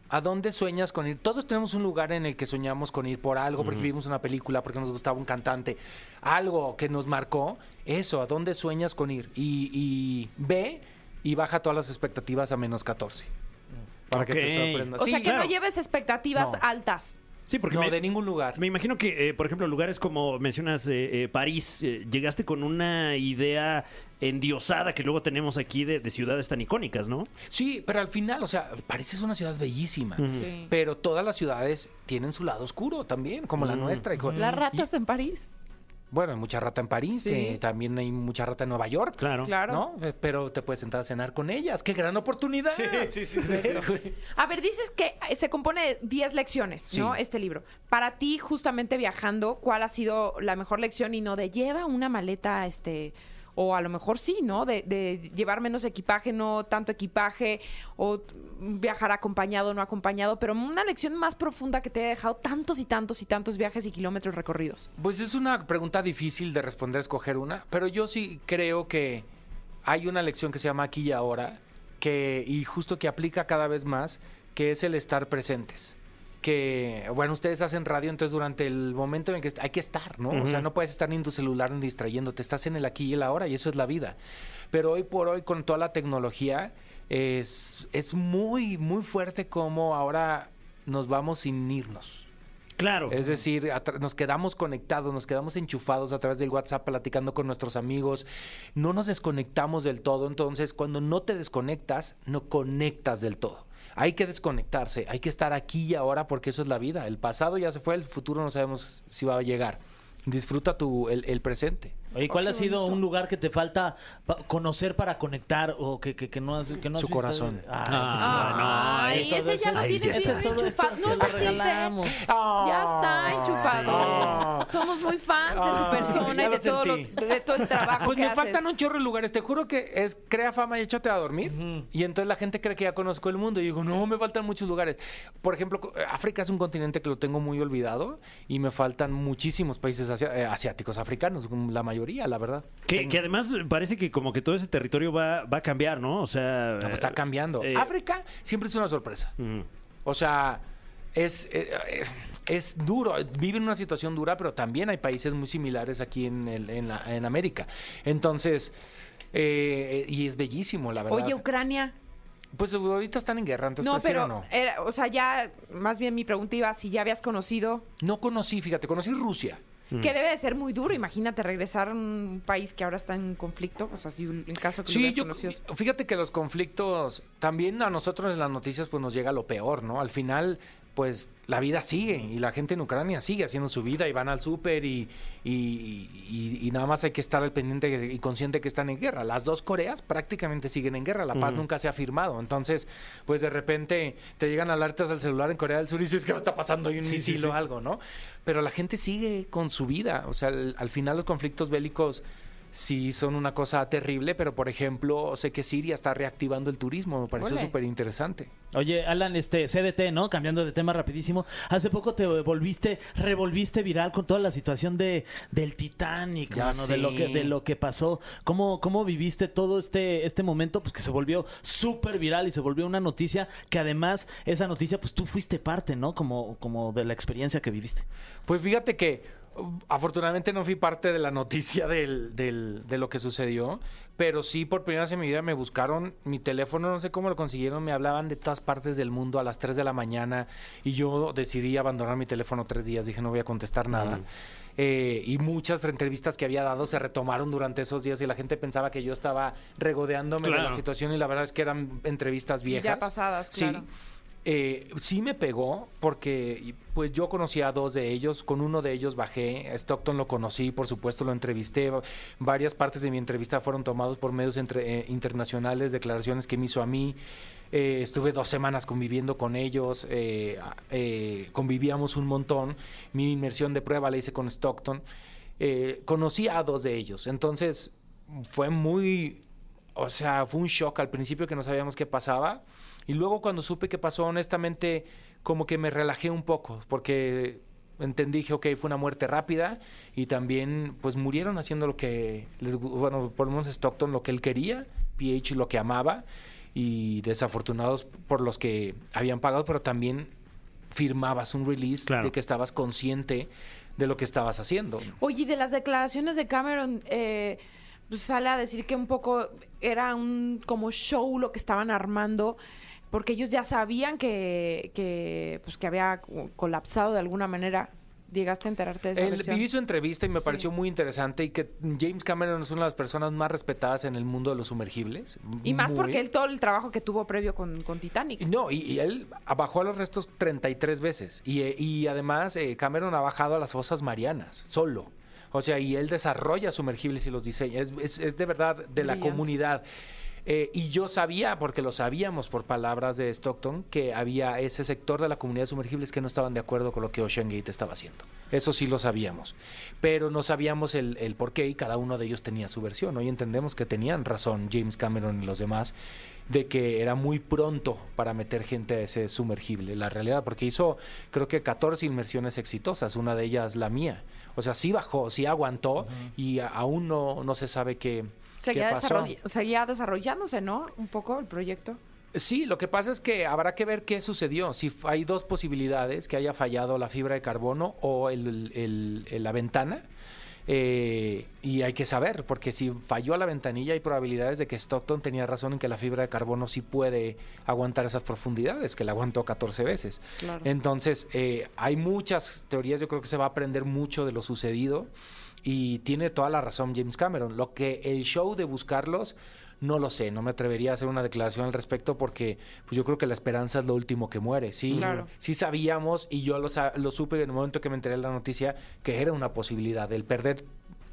[SPEAKER 5] ¿A dónde sueñas con ir? Todos tenemos un lugar en el que soñamos con ir por algo, porque vimos una película, porque nos gustaba un cantante, algo que nos marcó. Eso, ¿a dónde sueñas con ir? Y, y ve y baja todas las expectativas a menos 14. Para que te
[SPEAKER 4] Ok.
[SPEAKER 5] sorprendas.
[SPEAKER 2] o sea,
[SPEAKER 5] Sí,
[SPEAKER 2] que
[SPEAKER 4] claro.
[SPEAKER 2] no lleves expectativas
[SPEAKER 5] No.
[SPEAKER 2] altas.
[SPEAKER 4] Sí, porque
[SPEAKER 5] no,
[SPEAKER 4] me-
[SPEAKER 5] de ningún lugar.
[SPEAKER 4] Me imagino que, eh, por ejemplo, lugares como mencionas eh, eh, París, eh, llegaste con una idea endiosada que luego tenemos aquí de, de ciudades tan icónicas, ¿no?
[SPEAKER 5] Sí, pero al final, o sea, parece una ciudad bellísima,
[SPEAKER 2] Sí.
[SPEAKER 5] pero todas las ciudades tienen su lado oscuro también, como la nuestra. y co-
[SPEAKER 2] Las
[SPEAKER 5] y-
[SPEAKER 2] ratas en París.
[SPEAKER 5] Bueno, hay mucha rata en París,
[SPEAKER 2] Sí.
[SPEAKER 5] eh, también hay mucha rata en Nueva York.
[SPEAKER 4] Claro.
[SPEAKER 2] Claro.
[SPEAKER 5] ¿No? Eh, Pero te puedes sentar a cenar con ellas. ¡Qué gran oportunidad! Sí, sí, sí.
[SPEAKER 2] A ver, dices que eh, se compone de 10 lecciones, ¿no?
[SPEAKER 5] Sí.
[SPEAKER 2] Este libro. Para ti, justamente viajando, ¿cuál ha sido la mejor lección? Y no de lleva una maleta, este. O a lo mejor sí, ¿no? De, de llevar menos equipaje, no tanto equipaje, o t- viajar acompañado, no acompañado, pero una lección más profunda que te ha dejado tantos y tantos y tantos viajes y kilómetros recorridos.
[SPEAKER 5] Pues es una pregunta difícil de responder, escoger una. Pero yo sí creo que hay una lección que se llama aquí y ahora que, y justo que aplica cada vez más, que es el estar presentes. Que, bueno, ustedes hacen radio, entonces durante el momento en el que est- hay que estar, ¿no? O sea, no puedes estar ni en tu celular ni distrayéndote, estás en el aquí y el ahora y eso es la vida. Pero hoy por hoy, con toda la tecnología, es, es muy, muy fuerte como ahora nos vamos sin irnos.
[SPEAKER 4] Claro.
[SPEAKER 5] Es decir, atra- nos quedamos conectados, nos quedamos enchufados a través del WhatsApp platicando con nuestros amigos. No nos desconectamos del todo. Entonces, cuando no te desconectas, no conectas del todo. Hay que desconectarse, hay que estar aquí y ahora porque eso es la vida. El pasado ya se fue, el futuro no sabemos si va a llegar. Disfruta tu, el, el presente.
[SPEAKER 3] Oye, ¿cuál ha sido un lugar que te falta pa- conocer para conectar o que, que, que no has que no has
[SPEAKER 5] Su
[SPEAKER 3] visto?
[SPEAKER 5] corazón.
[SPEAKER 3] Ay,
[SPEAKER 4] Ah,
[SPEAKER 2] Ay,
[SPEAKER 3] esto
[SPEAKER 2] ese
[SPEAKER 3] es-
[SPEAKER 2] ya lo
[SPEAKER 3] ay,
[SPEAKER 2] tienes
[SPEAKER 3] ese
[SPEAKER 2] bien
[SPEAKER 3] es todo esto
[SPEAKER 2] enchufado.
[SPEAKER 3] que
[SPEAKER 2] No
[SPEAKER 3] te
[SPEAKER 2] lo hiciste. ¿eh?
[SPEAKER 3] regalamos.
[SPEAKER 2] Ya está enchufado. Somos muy fans de tu
[SPEAKER 5] Ah,
[SPEAKER 2] persona
[SPEAKER 5] ya
[SPEAKER 2] y de
[SPEAKER 5] lo
[SPEAKER 2] todo, lo-
[SPEAKER 5] sentí.
[SPEAKER 2] de todo el trabajo
[SPEAKER 5] Pues
[SPEAKER 2] que
[SPEAKER 5] me
[SPEAKER 2] Ah, haces.
[SPEAKER 5] faltan un chorro de lugares. Te juro que es crea fama y échate a dormir. Y entonces la gente cree que ya conozco el mundo. Y digo, no, me faltan muchos lugares. Por ejemplo, co- eh, África es un continente que lo tengo muy olvidado. Y me faltan muchísimos países asia- eh, asiáticos, africanos, como la mayoría, la verdad.
[SPEAKER 4] Que, que además parece que como que todo ese territorio va, va a cambiar, ¿no? O sea...
[SPEAKER 5] Ah, pues está cambiando.
[SPEAKER 4] eh,
[SPEAKER 5] África siempre es una sorpresa.
[SPEAKER 4] mm.
[SPEAKER 5] O sea, es, eh, eh, es duro, viven una situación dura, pero también hay países muy similares aquí en, el- en, la- en América. Entonces, eh, eh, y es bellísimo, la verdad.
[SPEAKER 2] Oye, Ucrania.
[SPEAKER 5] Pues ahorita están en guerra, entonces
[SPEAKER 2] No,
[SPEAKER 5] prefiero
[SPEAKER 2] pero, eh,
[SPEAKER 5] no.
[SPEAKER 2] era- o sea, ya, más bien mi pregunta iba si ya habías conocido,
[SPEAKER 5] No conocí, fíjate, conocí Rusia.
[SPEAKER 2] que debe de ser muy duro, imagínate regresar a un país que ahora está en conflicto, o sea, si un- en caso que lo
[SPEAKER 5] Sí,
[SPEAKER 2] hubieras
[SPEAKER 5] yo,
[SPEAKER 2] conocido.
[SPEAKER 5] fíjate que los conflictos, también a nosotros en las noticias pues nos llega lo peor, ¿no? Al final, pues la vida sigue y la gente en Ucrania sigue haciendo su vida y van al súper y, y- y- y nada más hay que estar al pendiente y consciente que están en guerra. Las dos Coreas prácticamente siguen en guerra, la paz nunca se ha firmado. Entonces, pues de repente te llegan alertas al celular en Corea del Sur y dices, ¿qué está pasando? Hay un
[SPEAKER 4] Sí, sí,
[SPEAKER 5] misil
[SPEAKER 4] sí.
[SPEAKER 5] o algo, ¿no? Pero la gente sigue con su vida. O sea, al, al final los conflictos bélicos sí son una cosa terrible, pero por ejemplo, sé que Siria está reactivando el turismo. Me pareció
[SPEAKER 2] Ole.
[SPEAKER 5] súper interesante.
[SPEAKER 3] Oye, Alan, este CDT, ¿no? Cambiando de tema rapidísimo. Hace poco te volviste, revolviste viral con toda la situación de del Titanic,
[SPEAKER 5] Ya
[SPEAKER 3] mano, de
[SPEAKER 5] sé.
[SPEAKER 3] lo que de lo que pasó. ¿Cómo cómo viviste todo este este momento pues que se volvió súper viral y se volvió una noticia que además esa noticia pues tú fuiste parte, ¿no? Como como de la experiencia que viviste.
[SPEAKER 5] Pues fíjate que uh, afortunadamente no fui parte de la noticia del- del- de lo que sucedió, pero sí por primera vez en mi vida me buscaron mi teléfono, no sé cómo lo consiguieron, me hablaban de todas partes del mundo a las 3 de la mañana y yo decidí abandonar mi teléfono tres días, dije no voy a contestar nada. Eh, y muchas entrevistas que había dado se retomaron durante esos días y la gente pensaba que yo estaba regodeándome de
[SPEAKER 4] Claro.
[SPEAKER 5] la situación y la verdad es que eran entrevistas viejas.
[SPEAKER 2] pasadas,
[SPEAKER 5] Sí.
[SPEAKER 2] claro.
[SPEAKER 5] Eh, sí me pegó porque pues yo conocí a dos de ellos, con uno de ellos bajé, a Stockton lo conocí, por supuesto lo entrevisté, va- varias partes de mi entrevista fueron tomados por medios entre- eh, internacionales, declaraciones que me hizo a mí, Eh, estuve dos semanas conviviendo con ellos, eh, a- eh, convivíamos un montón, mi inmersión de prueba la hice con Stockton, Eh, conocí a dos de ellos, entonces fue muy o sea, fue un shock al principio que no sabíamos qué pasaba. Y luego cuando supe qué pasó, honestamente, como que me relajé un poco, porque entendí que, ok, fue una muerte rápida y también, pues, murieron haciendo lo que, les, gu- bueno, por lo menos Stockton lo que él quería, PH lo que amaba, y desafortunados por los que habían pagado, pero también firmabas un release
[SPEAKER 4] Claro.
[SPEAKER 5] de que estabas consciente de lo que estabas haciendo.
[SPEAKER 2] Oye, y de las declaraciones de Cameron, eh, pues sale a decir que un poco era un como show lo que estaban armando, porque ellos ya sabían que, que, pues, que había co- colapsado de alguna manera. Llegaste a enterarte de esa
[SPEAKER 5] Él,
[SPEAKER 2] versión.
[SPEAKER 5] viví su entrevista y me
[SPEAKER 2] Sí.
[SPEAKER 5] pareció muy interesante y que James Cameron es una de las personas más respetadas en el mundo de los sumergibles.
[SPEAKER 2] Y más
[SPEAKER 5] Muy.
[SPEAKER 2] porque él todo el trabajo que tuvo previo con, con
[SPEAKER 5] Y
[SPEAKER 2] Titanic.
[SPEAKER 5] No, y, y él bajó a los restos 33 veces. Y, eh, y además eh, Cameron ha bajado a las fosas marianas, solo. O sea, y él desarrolla sumergibles y los diseña. Es, es- es de verdad de la
[SPEAKER 2] Brillante.
[SPEAKER 5] comunidad. Eh, y yo sabía, porque lo sabíamos por palabras de Stockton, que había ese sector de la comunidad de sumergibles que no estaban de acuerdo con lo que Ocean Gate estaba haciendo. Eso sí lo sabíamos. Pero no sabíamos el, el por qué y cada uno de ellos tenía su versión. Hoy entendemos que tenían razón James Cameron y los demás de que era muy pronto para meter gente a ese sumergible, la realidad, porque hizo creo que 14 inmersiones exitosas, una de ellas la mía. O sea, sí bajó, sí aguantó y a- aún no, no se sabe qué,
[SPEAKER 2] Seguía,
[SPEAKER 5] ¿Qué pasó?
[SPEAKER 2] desarroll- seguía desarrollándose, ¿no? Un poco el proyecto.
[SPEAKER 5] Sí, lo que pasa es que habrá que ver qué sucedió. Si f- hay dos posibilidades, que haya fallado la fibra de carbono o el- el- el- la ventana. Eh, y hay que saber, porque si falló la ventanilla hay probabilidades de que Stockton tenía razón en que la fibra de carbono sí puede aguantar esas profundidades, que la aguantó 14 veces.
[SPEAKER 2] Claro.
[SPEAKER 5] Entonces, eh, hay muchas teorías, yo creo que se va a aprender mucho de lo sucedido y tiene toda la razón James Cameron. Lo que el show de buscarlos, no lo sé, no me atrevería a hacer una declaración al respecto porque pues, yo creo que la esperanza es lo último que muere. Sí,
[SPEAKER 2] Claro.
[SPEAKER 5] sí sabíamos y yo lo, sa- lo supe en el momento que me enteré de la noticia que era una posibilidad el perder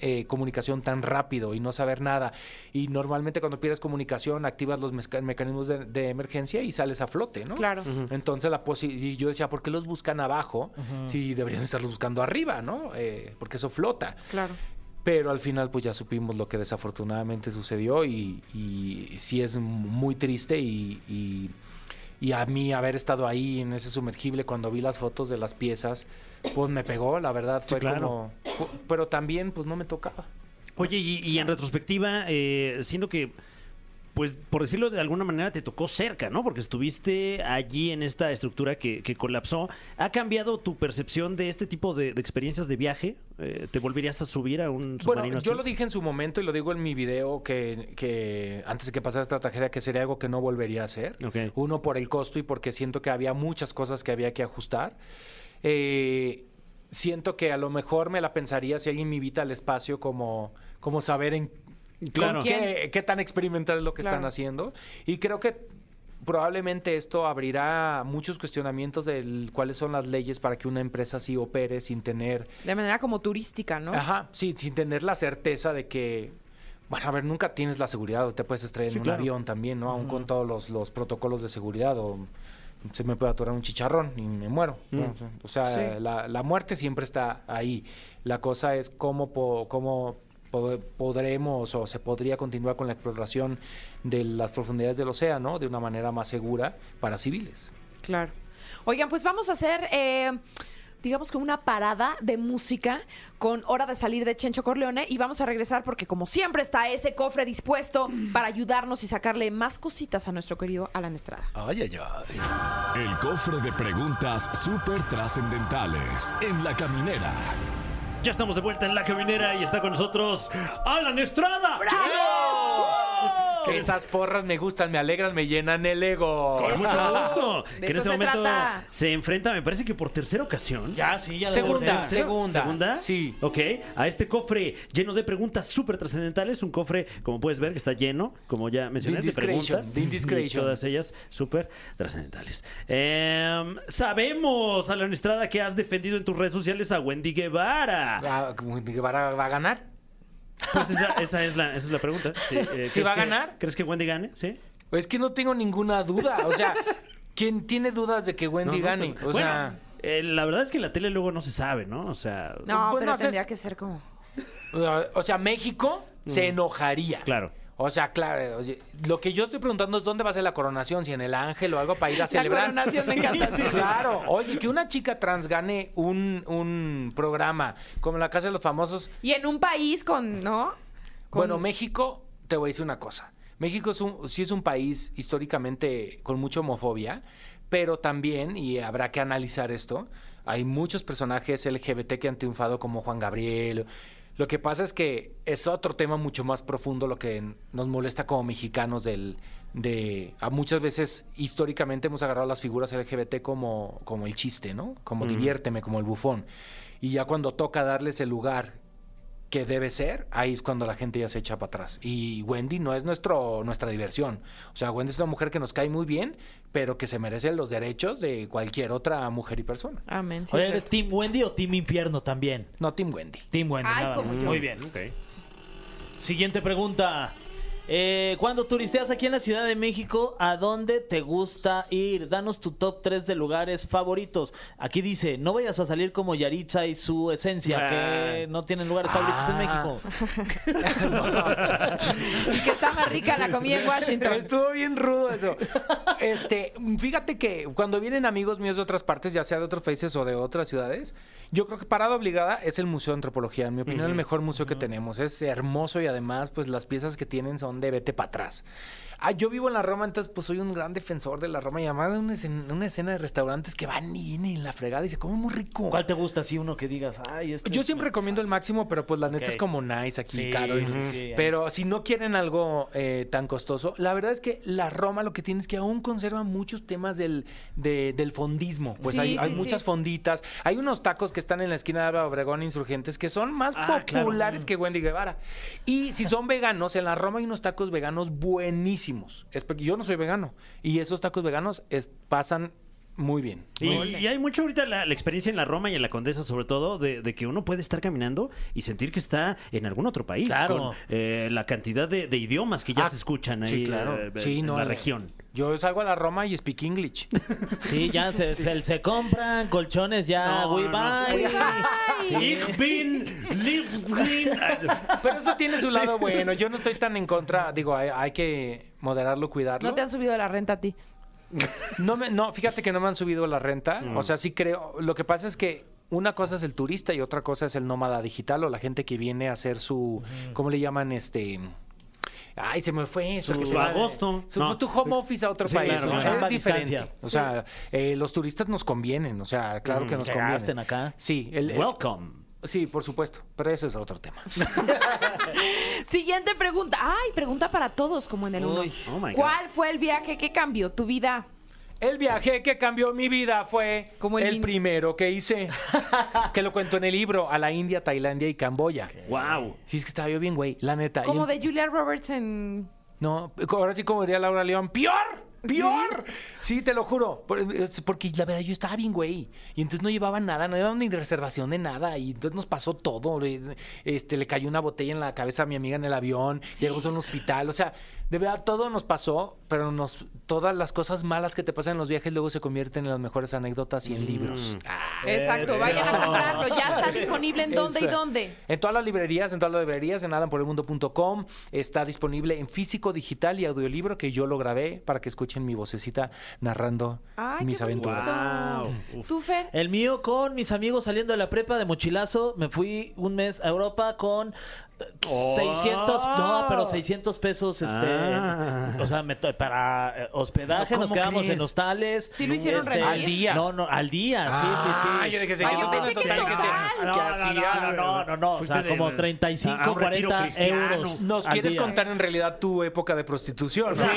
[SPEAKER 5] eh, comunicación tan rápido y no saber nada. Y normalmente cuando pierdes comunicación activas los mezca- mecanismos de, de emergencia y sales a flote, ¿no?
[SPEAKER 2] Claro.
[SPEAKER 5] Entonces la posi- y yo decía, ¿por qué los buscan abajo si deberían estarlos buscando arriba, ¿no? Eh, porque eso flota.
[SPEAKER 2] Claro.
[SPEAKER 5] Pero al final pues ya supimos lo que desafortunadamente sucedió y, y sí es muy triste y, y- y a mí haber estado ahí en ese sumergible cuando vi las fotos de las piezas, pues me pegó, la verdad, fue
[SPEAKER 4] claro.
[SPEAKER 5] como... fu- Pero también pues no me tocaba.
[SPEAKER 4] Oye, y, y en retrospectiva, eh, siento que, pues, por decirlo de alguna manera, te tocó cerca, ¿no? Porque estuviste allí en esta estructura que, que colapsó. ¿Ha cambiado tu percepción de este tipo de, de experiencias de viaje? Eh, ¿Te volverías a subir a un submarino
[SPEAKER 5] Bueno,
[SPEAKER 4] así?
[SPEAKER 5] yo lo dije en su momento y lo digo en mi video que, que antes de que pasara esta tragedia que sería algo que no volvería a hacer.
[SPEAKER 4] Ok.
[SPEAKER 5] Uno por el costo y porque siento que había muchas cosas que había que ajustar. Eh, siento que a lo mejor me la pensaría si alguien me invita al espacio como, como saber en
[SPEAKER 4] Claro.
[SPEAKER 5] con qué, qué tan experimental es lo que están
[SPEAKER 2] Claro.
[SPEAKER 5] haciendo. Y creo que probablemente esto abrirá muchos cuestionamientos de cuáles son las leyes para que una empresa así opere sin tener
[SPEAKER 2] De manera como turística, ¿no?
[SPEAKER 5] Ajá, sí, sin tener la certeza de que. Bueno, a ver, nunca tienes la seguridad, o te puedes estrellar
[SPEAKER 4] Sí,
[SPEAKER 5] en un
[SPEAKER 4] claro.
[SPEAKER 5] avión también, ¿no? Aún con todos los, los protocolos de seguridad, o se me puede aturar un chicharrón y me muero. ¿no?
[SPEAKER 4] Mm.
[SPEAKER 5] O sea,
[SPEAKER 2] Sí.
[SPEAKER 5] la, la muerte siempre está ahí. La cosa es cómo, po- cómo pod- podremos o se podría continuar con la exploración de las profundidades del océano de una manera más segura para civiles.
[SPEAKER 2] Claro. Oigan, pues vamos a hacer, eh, digamos que una parada de música con Hora de Salir de Chencho Corleone y vamos a regresar porque como siempre está ese cofre dispuesto para ayudarnos y sacarle más cositas a nuestro querido Alan Estrada.
[SPEAKER 5] Ay, ay, ay.
[SPEAKER 1] El cofre de preguntas súper trascendentales en la caminera.
[SPEAKER 4] Ya estamos de vuelta en La Caminera y está con nosotros Alan Estrada.
[SPEAKER 5] Que esas porras me gustan, me alegran, me llenan el ego.
[SPEAKER 4] Con mucho
[SPEAKER 2] Eso.
[SPEAKER 4] gusto.
[SPEAKER 2] De
[SPEAKER 4] Que en
[SPEAKER 2] eso
[SPEAKER 4] este
[SPEAKER 2] se
[SPEAKER 4] momento
[SPEAKER 2] trata.
[SPEAKER 4] se enfrenta, me parece que por tercera ocasión.
[SPEAKER 3] Ya, sí, ya. debe
[SPEAKER 5] Segunda,
[SPEAKER 3] ser.
[SPEAKER 5] segunda.
[SPEAKER 4] ¿Segunda?
[SPEAKER 5] Sí.
[SPEAKER 4] Ok, a este cofre lleno de preguntas súper trascendentales, un cofre, como puedes ver, que está lleno, como ya mencioné,
[SPEAKER 5] The
[SPEAKER 4] de
[SPEAKER 5] Indiscretion,
[SPEAKER 4] preguntas.
[SPEAKER 5] The Indiscretion.
[SPEAKER 4] y Todas ellas súper trascendentales. Em, sabemos, Alan Estrada, que has defendido en tus redes sociales a Wendy Guevara.
[SPEAKER 5] Ah, como que ¿Va a- va a ganar?
[SPEAKER 4] Pues esa, esa es la, esa es la pregunta. Sí, eh, ¿crees
[SPEAKER 5] va a
[SPEAKER 4] que-
[SPEAKER 5] ganar?
[SPEAKER 4] ¿Crees que Wendy gane? Sí.
[SPEAKER 5] Pues Es que no tengo ninguna duda. O sea, ¿quién tiene dudas de que
[SPEAKER 4] No,
[SPEAKER 5] Wendy
[SPEAKER 4] no,
[SPEAKER 5] gane?
[SPEAKER 4] pues,
[SPEAKER 5] o
[SPEAKER 4] bueno,
[SPEAKER 5] sea,
[SPEAKER 4] eh, la verdad es que en la tele luego no se sabe, ¿no? O sea,
[SPEAKER 2] No,
[SPEAKER 5] Bueno,
[SPEAKER 2] pero
[SPEAKER 5] haces-
[SPEAKER 2] tendría que ser como...
[SPEAKER 5] o sea, México se enojaría.
[SPEAKER 4] Mm. Claro.
[SPEAKER 5] O sea, claro, oye, lo que yo estoy preguntando es dónde va a ser la coronación, si en el ángel o algo para ir a celebrar.
[SPEAKER 2] coronación me encanta, sí.
[SPEAKER 5] Claro, oye, que una chica trans gane un, un programa como la Casa de los Famosos,
[SPEAKER 2] Y en un país con, ¿no? Con-
[SPEAKER 5] Bueno, México, te voy a decir una cosa. México es un, sí es un país históricamente con mucha homofobia, pero también, y habrá que analizar esto, hay muchos personajes LGBT que han triunfado como Juan Gabriel. Lo que pasa es que es otro tema mucho más profundo lo que nos molesta como mexicanos del de a muchas veces históricamente hemos agarrado las figuras LGBT como como el chiste, ¿no? Como diviérteme, como el bufón. Y ya cuando toca darles el lugar que debe ser, ahí es cuando la gente ya se echa para atrás. Y Wendy no es nuestro, nuestra diversión. O sea, Wendy es una mujer que nos cae muy bien, pero que se merece los derechos de cualquier otra mujer y persona.
[SPEAKER 2] Amén. sí,
[SPEAKER 3] Oye,
[SPEAKER 2] es
[SPEAKER 3] ¿eres
[SPEAKER 2] cierto.
[SPEAKER 3] Team Wendy o Team Infierno también?
[SPEAKER 5] No, Team Wendy.
[SPEAKER 3] Team Wendy.
[SPEAKER 2] Ay,
[SPEAKER 3] nada
[SPEAKER 2] como
[SPEAKER 3] más.
[SPEAKER 2] yo.
[SPEAKER 3] Muy bien.
[SPEAKER 4] Ok.
[SPEAKER 3] Siguiente pregunta. Eh, cuando turisteas aquí en la Ciudad de México, ¿a dónde te gusta ir? Danos tu top 3 de lugares favoritos. Aquí dice, no vayas a salir como Yaritza y su esencia,
[SPEAKER 4] Ah.
[SPEAKER 3] que no tienen lugares favoritos
[SPEAKER 5] Ah.
[SPEAKER 3] en México.
[SPEAKER 2] Y que está más rica la comida en Washington.
[SPEAKER 5] Estuvo bien rudo eso. Este, fíjate que cuando vienen amigos míos de otras partes, ya sea de otros países o de otras ciudades, yo creo que parada obligada es el Museo de Antropología. En mi opinión, el mejor museo que tenemos. Es hermoso y además, pues las piezas que tienen son de vete para atrás. Ah, yo vivo en la Roma, entonces pues soy un gran defensor de la Roma. Y además una escena, una escena de restaurantes que van y vienen en la fregada y se comen muy rico.
[SPEAKER 3] ¿Cuál te gusta? Así uno que digas, ay, este
[SPEAKER 5] Yo
[SPEAKER 3] es
[SPEAKER 5] siempre
[SPEAKER 3] muy
[SPEAKER 5] recomiendo el
[SPEAKER 3] fácil".
[SPEAKER 5] máximo, pero pues la neta
[SPEAKER 3] Ok.
[SPEAKER 5] es como nice aquí,
[SPEAKER 3] Sí,
[SPEAKER 5] caro.
[SPEAKER 3] sí, sí,
[SPEAKER 5] pero si no quieren algo eh, tan costoso, la verdad es que la Roma lo que tiene es que aún conserva muchos temas del, de- del fondismo. Pues
[SPEAKER 2] Sí,
[SPEAKER 5] hay, hay
[SPEAKER 2] sí,
[SPEAKER 5] muchas
[SPEAKER 2] sí.
[SPEAKER 5] fonditas. Hay unos tacos que están en la esquina de Álvaro Obregón Insurgentes que son más
[SPEAKER 4] Ah, claro.
[SPEAKER 5] populares que Wendy Guevara. Y si son veganos, en la Roma hay unos tacos veganos buenísimos. Espe- Yo no soy vegano. Y esos tacos veganos es- pasan muy bien.
[SPEAKER 4] Y, y hay mucho ahorita la, la experiencia en la Roma y en la Condesa, sobre todo, de, de que uno puede estar caminando y sentir que está en algún otro país.
[SPEAKER 3] Claro.
[SPEAKER 4] Con, eh, la cantidad de, de idiomas que ya
[SPEAKER 5] Ah,
[SPEAKER 4] se escuchan ahí
[SPEAKER 5] sí, claro.
[SPEAKER 4] eh,
[SPEAKER 5] Sí,
[SPEAKER 4] en
[SPEAKER 5] no,
[SPEAKER 4] la
[SPEAKER 5] eh,
[SPEAKER 4] región.
[SPEAKER 5] Yo salgo a la Roma y speak English.
[SPEAKER 3] Sí, ya se, se, se compran colchones, ya,
[SPEAKER 4] No,
[SPEAKER 3] güey,
[SPEAKER 4] no, no.
[SPEAKER 3] bye.
[SPEAKER 4] Ich bin Liebling.
[SPEAKER 5] Pero eso tiene su lado bueno. Yo no estoy tan en contra. Digo, hay, hay que moderarlo, cuidarlo.
[SPEAKER 2] No te han subido la renta a ti.
[SPEAKER 5] No, me- no, fíjate que no me han subido la renta.
[SPEAKER 4] Mm.
[SPEAKER 5] O sea, sí creo. Lo que pasa es que una cosa es el turista y otra cosa es el nómada digital o la gente que viene a hacer su. ¿Cómo le llaman? Este. Ay, se me fue eso.
[SPEAKER 4] Su-
[SPEAKER 5] que
[SPEAKER 4] su
[SPEAKER 5] se va-
[SPEAKER 4] agosto.
[SPEAKER 5] Su, pues,
[SPEAKER 4] No.
[SPEAKER 5] tu home office a otro
[SPEAKER 4] Sí,
[SPEAKER 5] país.
[SPEAKER 4] claro,
[SPEAKER 5] o sea,
[SPEAKER 3] claro.
[SPEAKER 5] es
[SPEAKER 3] Chamba a
[SPEAKER 5] diferente.
[SPEAKER 3] distancia.
[SPEAKER 5] O sea, eh, los turistas nos convienen. O sea, claro
[SPEAKER 4] Mm.
[SPEAKER 5] que nos
[SPEAKER 3] que
[SPEAKER 5] convienen.
[SPEAKER 3] gasten acá.
[SPEAKER 5] Sí, el, el-
[SPEAKER 4] Welcome.
[SPEAKER 5] sí, por supuesto. Pero eso es otro tema.
[SPEAKER 2] Siguiente pregunta. Ay, pregunta para todos, como en el uno.
[SPEAKER 4] Uy, oh my God.
[SPEAKER 2] ¿Cuál fue el viaje que cambió tu vida?
[SPEAKER 5] El viaje que cambió mi vida fue
[SPEAKER 2] Como el
[SPEAKER 5] el,
[SPEAKER 2] vin-
[SPEAKER 5] primero que hice. que lo cuento en el libro, a la India, Tailandia y Camboya.
[SPEAKER 4] Wow.
[SPEAKER 5] Sí, es que estaba yo bien, güey, la neta.
[SPEAKER 2] Como
[SPEAKER 5] Y-
[SPEAKER 2] de Julia Roberts en...
[SPEAKER 5] No, ahora sí como diría Laura León, ¡pior! ¡Pior! ¿Sí? te lo juro. Por- es Porque la verdad yo estaba bien, güey. Y entonces no llevaba nada, no llevaba ni reservación de nada. Y entonces nos pasó todo. Le- Este, le cayó una botella en la cabeza a mi amiga en el avión. Llegamos a un hospital. O sea, de verdad todo nos pasó, pero nos, todas las cosas malas que te pasan en los viajes luego se convierten en las mejores anécdotas y en libros.
[SPEAKER 2] Exacto, vayan a comprarlo. Ya está disponible en dónde y
[SPEAKER 5] Esa.
[SPEAKER 2] dónde.
[SPEAKER 5] En todas las librerías, en todas las librerías, en alanporelmundo.com. Está disponible en físico, digital y audiolibro que yo lo grabé para que escuchen mi vocecita narrando
[SPEAKER 2] Ay,
[SPEAKER 5] mis
[SPEAKER 2] qué bonito.
[SPEAKER 5] aventuras.
[SPEAKER 4] Wow. Uf.
[SPEAKER 2] ¿Tú, Fer?
[SPEAKER 3] El mío con mis amigos saliendo de la prepa de mochilazo. Me fui un mes a Europa con eh, 600, no, pero 600 pesos, este,
[SPEAKER 4] Ah.
[SPEAKER 3] o sea, me to- para eh, hospedaje,
[SPEAKER 5] No,
[SPEAKER 3] nos
[SPEAKER 5] ¿cómo
[SPEAKER 3] quedamos
[SPEAKER 5] crees?
[SPEAKER 3] en hostales.
[SPEAKER 2] ¿Sí lo hicieron
[SPEAKER 3] Este,
[SPEAKER 2] reír?
[SPEAKER 5] Al día.
[SPEAKER 3] No, no, al día, sí, sí, sí.
[SPEAKER 5] Ah, yo dije
[SPEAKER 2] Ah, yo
[SPEAKER 5] 600
[SPEAKER 2] pensé
[SPEAKER 5] pesos
[SPEAKER 2] que
[SPEAKER 5] total,
[SPEAKER 2] total.
[SPEAKER 4] Ah,
[SPEAKER 5] que ah,
[SPEAKER 3] No,
[SPEAKER 5] que
[SPEAKER 3] no,
[SPEAKER 5] hacía-
[SPEAKER 3] no, no, no, no, o sea,
[SPEAKER 4] Fuiste de-
[SPEAKER 3] como
[SPEAKER 4] de-
[SPEAKER 3] 35,
[SPEAKER 4] a un retiro
[SPEAKER 3] 40
[SPEAKER 4] cristiano.
[SPEAKER 3] euros.
[SPEAKER 5] Nos
[SPEAKER 3] al
[SPEAKER 5] quieres
[SPEAKER 3] día.
[SPEAKER 5] contar en realidad tu época de prostitución.
[SPEAKER 3] Sí,
[SPEAKER 5] ¿no?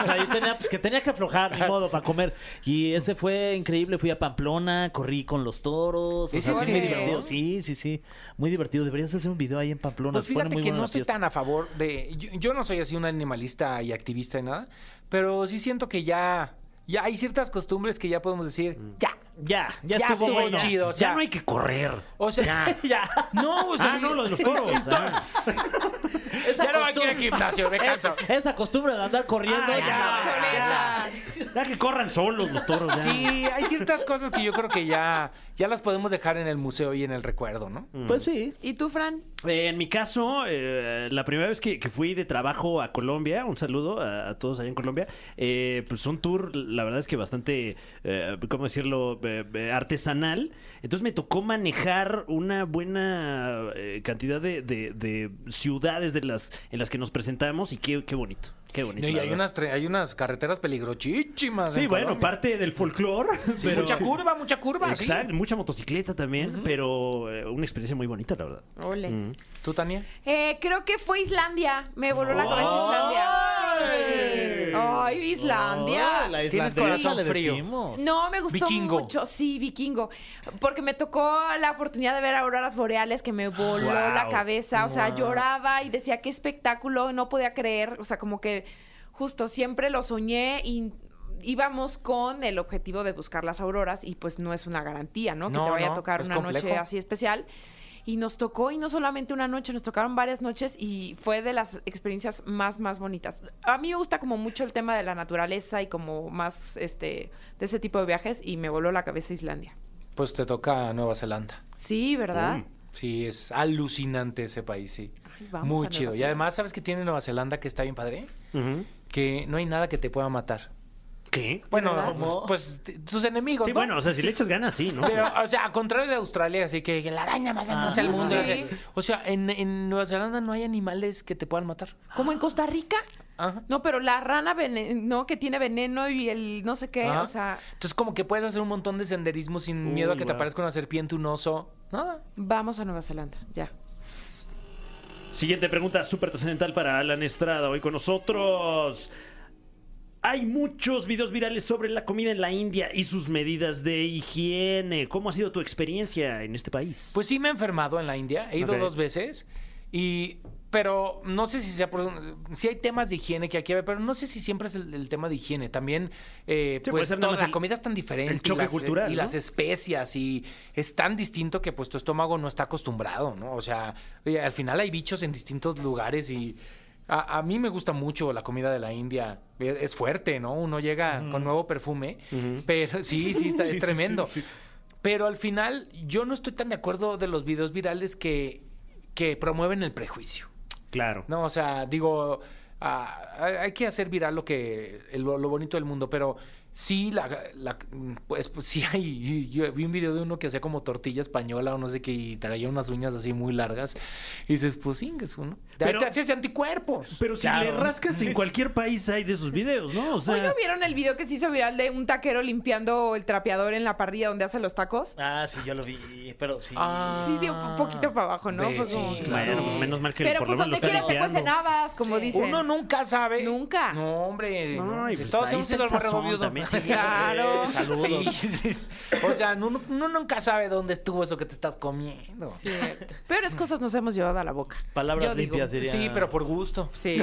[SPEAKER 3] o sea, ahí tenía, pues que tenía que aflojar, ni modo, para comer. Y ese fue increíble. Fui a Pamplona, corrí con los toros. O
[SPEAKER 5] ¿Es
[SPEAKER 3] sea,
[SPEAKER 5] en
[SPEAKER 3] sí, muy
[SPEAKER 5] serio?
[SPEAKER 3] divertido. Sí, sí, sí. Muy divertido. Deberías hacer un video ahí en Pamplona.
[SPEAKER 5] Pues
[SPEAKER 3] se pone
[SPEAKER 5] fíjate
[SPEAKER 3] muy
[SPEAKER 5] que
[SPEAKER 3] buena
[SPEAKER 5] no
[SPEAKER 3] la
[SPEAKER 5] estoy
[SPEAKER 3] fiesta.
[SPEAKER 5] tan a favor de. Yo, yo no soy así un animalista y activista y nada, pero sí siento que ya. Ya hay ciertas costumbres que ya podemos decir, ya.
[SPEAKER 3] Ya, ya,
[SPEAKER 5] Ya
[SPEAKER 3] estuvo,
[SPEAKER 5] estuvo
[SPEAKER 3] bueno.
[SPEAKER 5] chido. o sea-
[SPEAKER 4] ya no hay que correr.
[SPEAKER 5] O sea,
[SPEAKER 3] Ya.
[SPEAKER 5] no, o sea,
[SPEAKER 4] Ah, no, lo de los toros. ah.
[SPEAKER 3] Esa
[SPEAKER 5] ya no va a ir al gimnasio, de caso.
[SPEAKER 3] Esa costumbre de andar corriendo.
[SPEAKER 4] Ah,
[SPEAKER 2] Ay,
[SPEAKER 4] ya,
[SPEAKER 2] está obsoleta.
[SPEAKER 4] Ya que corran solos los toros. ya.
[SPEAKER 5] Sí, hay ciertas cosas que yo creo que ya, ya las podemos dejar en el museo y en el recuerdo, ¿no?
[SPEAKER 3] Pues sí.
[SPEAKER 2] ¿Y tú, Fran?
[SPEAKER 4] Eh, en mi caso, eh, la primera vez que, que fui de trabajo a Colombia, un saludo a, a todos allá en Colombia, eh, pues un tour, la verdad es que bastante, eh, ¿cómo decirlo?, Eh, eh, artesanal. Entonces me tocó manejar una buena eh, cantidad de, de- de ciudades de las, en las que nos presentamos y qué, qué bonito, qué bonito.
[SPEAKER 5] y
[SPEAKER 4] la
[SPEAKER 5] hay
[SPEAKER 4] verdad.
[SPEAKER 5] unas, tre- hay unas carreteras peligrochísimas.
[SPEAKER 4] Sí,
[SPEAKER 5] en
[SPEAKER 4] bueno,
[SPEAKER 5] Colombia.
[SPEAKER 4] parte del folclore. pero-
[SPEAKER 5] Mucha curva, mucha curva. sí.
[SPEAKER 4] Exacto, mucha motocicleta también, pero eh, una experiencia muy bonita, la verdad.
[SPEAKER 2] Ole.
[SPEAKER 5] ¿Tú, Tania?
[SPEAKER 2] Eh, creo que fue Islandia. Me voló la cabeza Islandia. Sí. Ay, Islandia.
[SPEAKER 3] Oh, la
[SPEAKER 5] Tienes
[SPEAKER 3] islandesa,
[SPEAKER 5] corazón
[SPEAKER 3] le
[SPEAKER 5] frío.
[SPEAKER 3] decimos.
[SPEAKER 2] No, me gustó
[SPEAKER 5] Vikingo.
[SPEAKER 2] mucho, sí, vikingo. Porque me tocó la oportunidad de ver auroras boreales que me voló
[SPEAKER 4] Wow.
[SPEAKER 2] la cabeza. O sea, lloraba y decía qué espectáculo, no podía creer. O sea, como que justo siempre lo soñé y íbamos con el objetivo de buscar las auroras y pues no es una garantía, ¿no? Que
[SPEAKER 5] No,
[SPEAKER 2] te vaya a
[SPEAKER 5] no,
[SPEAKER 2] tocar
[SPEAKER 5] es
[SPEAKER 2] una
[SPEAKER 5] complejo.
[SPEAKER 2] noche así especial. Y nos tocó, y no solamente una noche, nos tocaron varias noches y fue de las experiencias más, más bonitas. A mí me gusta como mucho el tema de la naturaleza y como más este de ese tipo de viajes y me voló la cabeza Islandia.
[SPEAKER 5] Pues te toca Nueva Zelanda.
[SPEAKER 2] Sí, ¿verdad?
[SPEAKER 5] Sí, es alucinante ese país, sí.
[SPEAKER 2] Ay, vamos a
[SPEAKER 5] Muy
[SPEAKER 2] Nueva
[SPEAKER 5] chido. Y
[SPEAKER 2] Zelanda.
[SPEAKER 5] además, ¿sabes qué tiene Nueva Zelanda que está bien padre?
[SPEAKER 4] Ujú.
[SPEAKER 5] Que no hay nada que te pueda matar.
[SPEAKER 4] ¿Qué?
[SPEAKER 5] Bueno,
[SPEAKER 2] verdad?
[SPEAKER 5] pues, pues, t- tus enemigos,
[SPEAKER 4] Sí,
[SPEAKER 5] ¿no?
[SPEAKER 4] bueno, o sea, si le echas ganas, sí, ¿no?
[SPEAKER 5] Pero, o sea, a contrario de Australia, así que la araña más
[SPEAKER 4] Ah,
[SPEAKER 5] venenosa del
[SPEAKER 2] sí,
[SPEAKER 5] mundo.
[SPEAKER 2] sí.
[SPEAKER 5] O sea, en, en Nueva Zelanda no hay animales que te puedan matar.
[SPEAKER 2] Como en Costa Rica.
[SPEAKER 5] Ajá.
[SPEAKER 2] No, pero la rana venen- no que tiene veneno y el no sé qué,
[SPEAKER 5] Ajá.
[SPEAKER 2] o sea,
[SPEAKER 5] Entonces, como que puedes hacer un montón de senderismo sin
[SPEAKER 4] Uy,
[SPEAKER 5] miedo a que te
[SPEAKER 4] guau.
[SPEAKER 5] aparezca una serpiente, un oso. Nada.
[SPEAKER 2] vamos a Nueva Zelanda, ya.
[SPEAKER 4] Siguiente pregunta súper trascendental para Alan Estrada, hoy con nosotros. Hay muchos videos virales sobre la comida en la India y sus medidas de higiene. ¿Cómo ha sido tu experiencia en este país?
[SPEAKER 5] Pues sí me he enfermado en la India, he ido
[SPEAKER 4] Ok.
[SPEAKER 5] dos veces y pero no sé si sea por si hay temas de higiene que aquí hay, pero no sé si siempre es el, el tema de higiene. También eh,
[SPEAKER 4] Sí, puede
[SPEAKER 5] pues
[SPEAKER 4] ser nada
[SPEAKER 5] toda
[SPEAKER 4] más
[SPEAKER 5] la
[SPEAKER 4] el-
[SPEAKER 5] comida es tan diferente,
[SPEAKER 4] el choque
[SPEAKER 5] y las, eh,
[SPEAKER 4] cultural,
[SPEAKER 5] y
[SPEAKER 4] ¿no?
[SPEAKER 5] las especias y es tan distinto que pues tu estómago no está acostumbrado, ¿no? O sea, oye, al final hay bichos en distintos lugares y a, a mí me gusta mucho la comida de la India. Es, es fuerte, ¿no? Uno llega con nuevo perfume, pero sí, sí, está,
[SPEAKER 4] Sí, sí,
[SPEAKER 5] es tremendo.
[SPEAKER 4] sí, sí.
[SPEAKER 5] Pero al final, yo no estoy tan de acuerdo de los videos virales que, que promueven el prejuicio.
[SPEAKER 4] claro.
[SPEAKER 5] No, o sea, digo, ah, hay hay que hacer viral lo que el- lo bonito del mundo, pero sí, la, la- pues, pues, sí hay. Yo vi un video de uno que hacía como tortilla española o no sé qué y traía unas uñas así muy largas. Y dices, pues sí, que es uno. De ahí
[SPEAKER 4] Pero-
[SPEAKER 5] te haces anticuerpos.
[SPEAKER 4] Pero si
[SPEAKER 3] Claro.
[SPEAKER 4] le rascas en cualquier país hay de esos videos, ¿no? O sea,
[SPEAKER 2] ¿Oye, vieron el video que se hizo viral de un taquero limpiando el trapeador en la parrilla donde hace los tacos?
[SPEAKER 3] Ah, sí, yo lo vi, pero sí.
[SPEAKER 5] Ah,
[SPEAKER 2] Sí, dio un poquito para abajo, ¿no?
[SPEAKER 5] ve,
[SPEAKER 2] Fue como
[SPEAKER 5] sí,
[SPEAKER 2] que-
[SPEAKER 5] claro.
[SPEAKER 4] bueno, pues menos mal que
[SPEAKER 2] Pero
[SPEAKER 4] por
[SPEAKER 2] pues
[SPEAKER 4] lo menos
[SPEAKER 2] donde
[SPEAKER 4] lo
[SPEAKER 2] quiera
[SPEAKER 4] están
[SPEAKER 2] se cuecen
[SPEAKER 4] limpiando.
[SPEAKER 2] habas, como dicen.
[SPEAKER 5] Uno nunca sabe.
[SPEAKER 2] Nunca.
[SPEAKER 5] No, hombre.
[SPEAKER 4] Ay,
[SPEAKER 5] no.
[SPEAKER 4] pues
[SPEAKER 5] Todos
[SPEAKER 4] ahí
[SPEAKER 5] hemos
[SPEAKER 4] está
[SPEAKER 5] ido
[SPEAKER 4] el
[SPEAKER 5] al barrio
[SPEAKER 4] sazón
[SPEAKER 5] viudo.
[SPEAKER 4] también, sí.
[SPEAKER 2] Claro.
[SPEAKER 5] Sí, saludos. Sí, sí. O sea, uno, uno nunca sabe dónde estuvo eso que te estás comiendo. Sí,
[SPEAKER 2] Cierto. Peores cosas nos hemos llevado a la boca.
[SPEAKER 3] Palabras
[SPEAKER 2] Yo digo,
[SPEAKER 3] limpias diría.
[SPEAKER 5] pero por gusto.
[SPEAKER 2] Sí.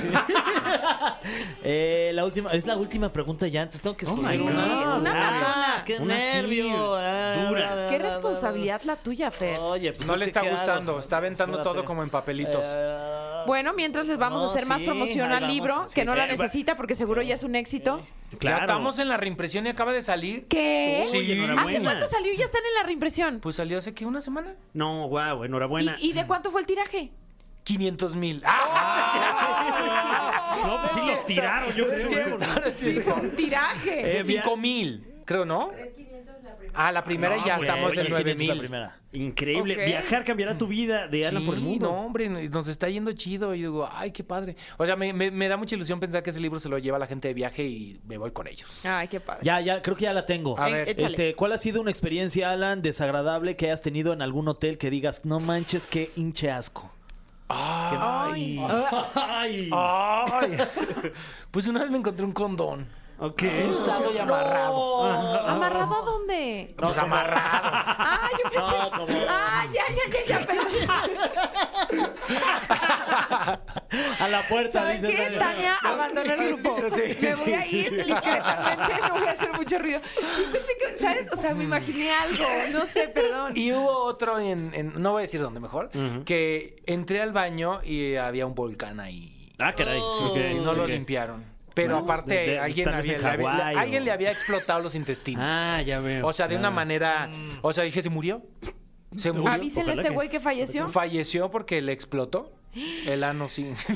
[SPEAKER 3] Eh, la última, es la última pregunta ya, antes tengo que
[SPEAKER 4] Oh my
[SPEAKER 3] escoger
[SPEAKER 4] God.
[SPEAKER 3] una.
[SPEAKER 2] Una
[SPEAKER 3] Ah,
[SPEAKER 2] matona.
[SPEAKER 3] qué
[SPEAKER 4] Una sí,
[SPEAKER 3] nervio. Ah,
[SPEAKER 4] dura.
[SPEAKER 3] bla, bla,
[SPEAKER 2] Qué
[SPEAKER 3] bla, bla,
[SPEAKER 2] responsabilidad la tuya, Fer.
[SPEAKER 3] Oye, pues
[SPEAKER 5] No
[SPEAKER 3] es
[SPEAKER 5] le
[SPEAKER 3] que
[SPEAKER 5] está
[SPEAKER 3] qué hago,
[SPEAKER 5] gustando,
[SPEAKER 3] pues,
[SPEAKER 5] está aventando
[SPEAKER 3] espérate.
[SPEAKER 5] todo como en papelitos.
[SPEAKER 3] Eh,
[SPEAKER 2] Bueno, mientras les vamos a
[SPEAKER 3] no,
[SPEAKER 2] hacer más
[SPEAKER 3] sí,
[SPEAKER 2] promoción
[SPEAKER 3] ahí
[SPEAKER 2] al
[SPEAKER 3] vamos,
[SPEAKER 2] libro,
[SPEAKER 3] sí,
[SPEAKER 2] que no
[SPEAKER 3] sí.
[SPEAKER 2] la necesita porque seguro ya es un éxito.
[SPEAKER 4] Claro.
[SPEAKER 5] Ya estamos en la reimpresión y acaba de salir.
[SPEAKER 2] ¿Qué?
[SPEAKER 4] Pues
[SPEAKER 5] Sí.
[SPEAKER 2] ¿eh? ¿Hace
[SPEAKER 4] enhorabuena.
[SPEAKER 2] cuánto salió y ya están en la reimpresión?
[SPEAKER 5] Pues salió hace que una semana.
[SPEAKER 4] No, guau,
[SPEAKER 2] ¿Y,
[SPEAKER 4] enhorabuena.
[SPEAKER 2] y de cuánto fue el tiraje?
[SPEAKER 5] 500 mil. ¡Ah!
[SPEAKER 4] No, pues sí los tiraron, yo
[SPEAKER 5] Es
[SPEAKER 4] creo.
[SPEAKER 5] cierto, ahora sí.
[SPEAKER 2] Un tiraje.
[SPEAKER 4] Eh, bien.
[SPEAKER 5] 5 mil, creo, ¿no? Ah, la primera
[SPEAKER 4] No,
[SPEAKER 5] ya
[SPEAKER 4] pues,
[SPEAKER 5] estamos
[SPEAKER 4] oye,
[SPEAKER 5] en
[SPEAKER 4] es que
[SPEAKER 5] 9
[SPEAKER 3] 500 la
[SPEAKER 5] mil.
[SPEAKER 3] primera.
[SPEAKER 4] Increíble.
[SPEAKER 2] Ok.
[SPEAKER 4] Viajar cambiará tu vida de Alan
[SPEAKER 5] Sí,
[SPEAKER 4] por el mundo.
[SPEAKER 5] No, hombre, no- nos está yendo chido. Y digo, ay, qué padre. O sea, me, me- me da mucha ilusión pensar que ese libro se lo lleva la gente de viaje y me voy con ellos.
[SPEAKER 2] Ay, qué padre.
[SPEAKER 3] Ya, ya, creo que ya la tengo.
[SPEAKER 5] A ver.
[SPEAKER 2] échale.
[SPEAKER 3] Este, ¿cuál ha sido una experiencia, Alan, desagradable que hayas tenido en algún hotel que digas, no manches, qué hinche asco?
[SPEAKER 2] Ay.
[SPEAKER 4] Ah. Ay.
[SPEAKER 5] Ay. pues una vez me encontré un condón.
[SPEAKER 4] Ok.
[SPEAKER 5] Usado y amarrado.
[SPEAKER 2] ¿Amarrado a dónde?
[SPEAKER 5] Pues amarrado.
[SPEAKER 2] Ah, yo pensé.
[SPEAKER 3] No, como-
[SPEAKER 2] Ah, ya, ya, ya, ya, perdón.
[SPEAKER 3] A la puerta,
[SPEAKER 2] ¿Sabes
[SPEAKER 3] dice
[SPEAKER 2] qué,
[SPEAKER 3] Tania.
[SPEAKER 2] Tania? Abandoné el grupo.
[SPEAKER 5] Sí,
[SPEAKER 2] Me voy
[SPEAKER 5] sí,
[SPEAKER 2] a ir discretamente, no voy a hacer mucho ruido. Y pensé que, ¿sabes? O sea,
[SPEAKER 5] Mm.
[SPEAKER 2] me imaginé algo. No sé, perdón.
[SPEAKER 5] Y hubo otro en, en- no voy a decir dónde mejor, que entré al baño y había un volcán ahí.
[SPEAKER 4] Ah, caray.
[SPEAKER 2] Oh.
[SPEAKER 5] Sí, sí, sí, no lo
[SPEAKER 4] ok.
[SPEAKER 5] limpiaron. Pero
[SPEAKER 4] Bueno,
[SPEAKER 5] aparte,
[SPEAKER 4] de- de-
[SPEAKER 5] alguien,
[SPEAKER 4] tal vez
[SPEAKER 5] había-
[SPEAKER 4] en
[SPEAKER 5] le había- le-
[SPEAKER 4] Hawái o-
[SPEAKER 5] alguien le había explotado los intestinos.
[SPEAKER 4] Ah, ya veo.
[SPEAKER 5] O sea, de una
[SPEAKER 4] Ah.
[SPEAKER 5] manera. O sea, dije, se murió. Se murió.
[SPEAKER 2] Avísenle a
[SPEAKER 4] ojalá
[SPEAKER 2] este
[SPEAKER 4] que-
[SPEAKER 2] güey que falleció.
[SPEAKER 5] Falleció porque le explotó. El ano sí. sí,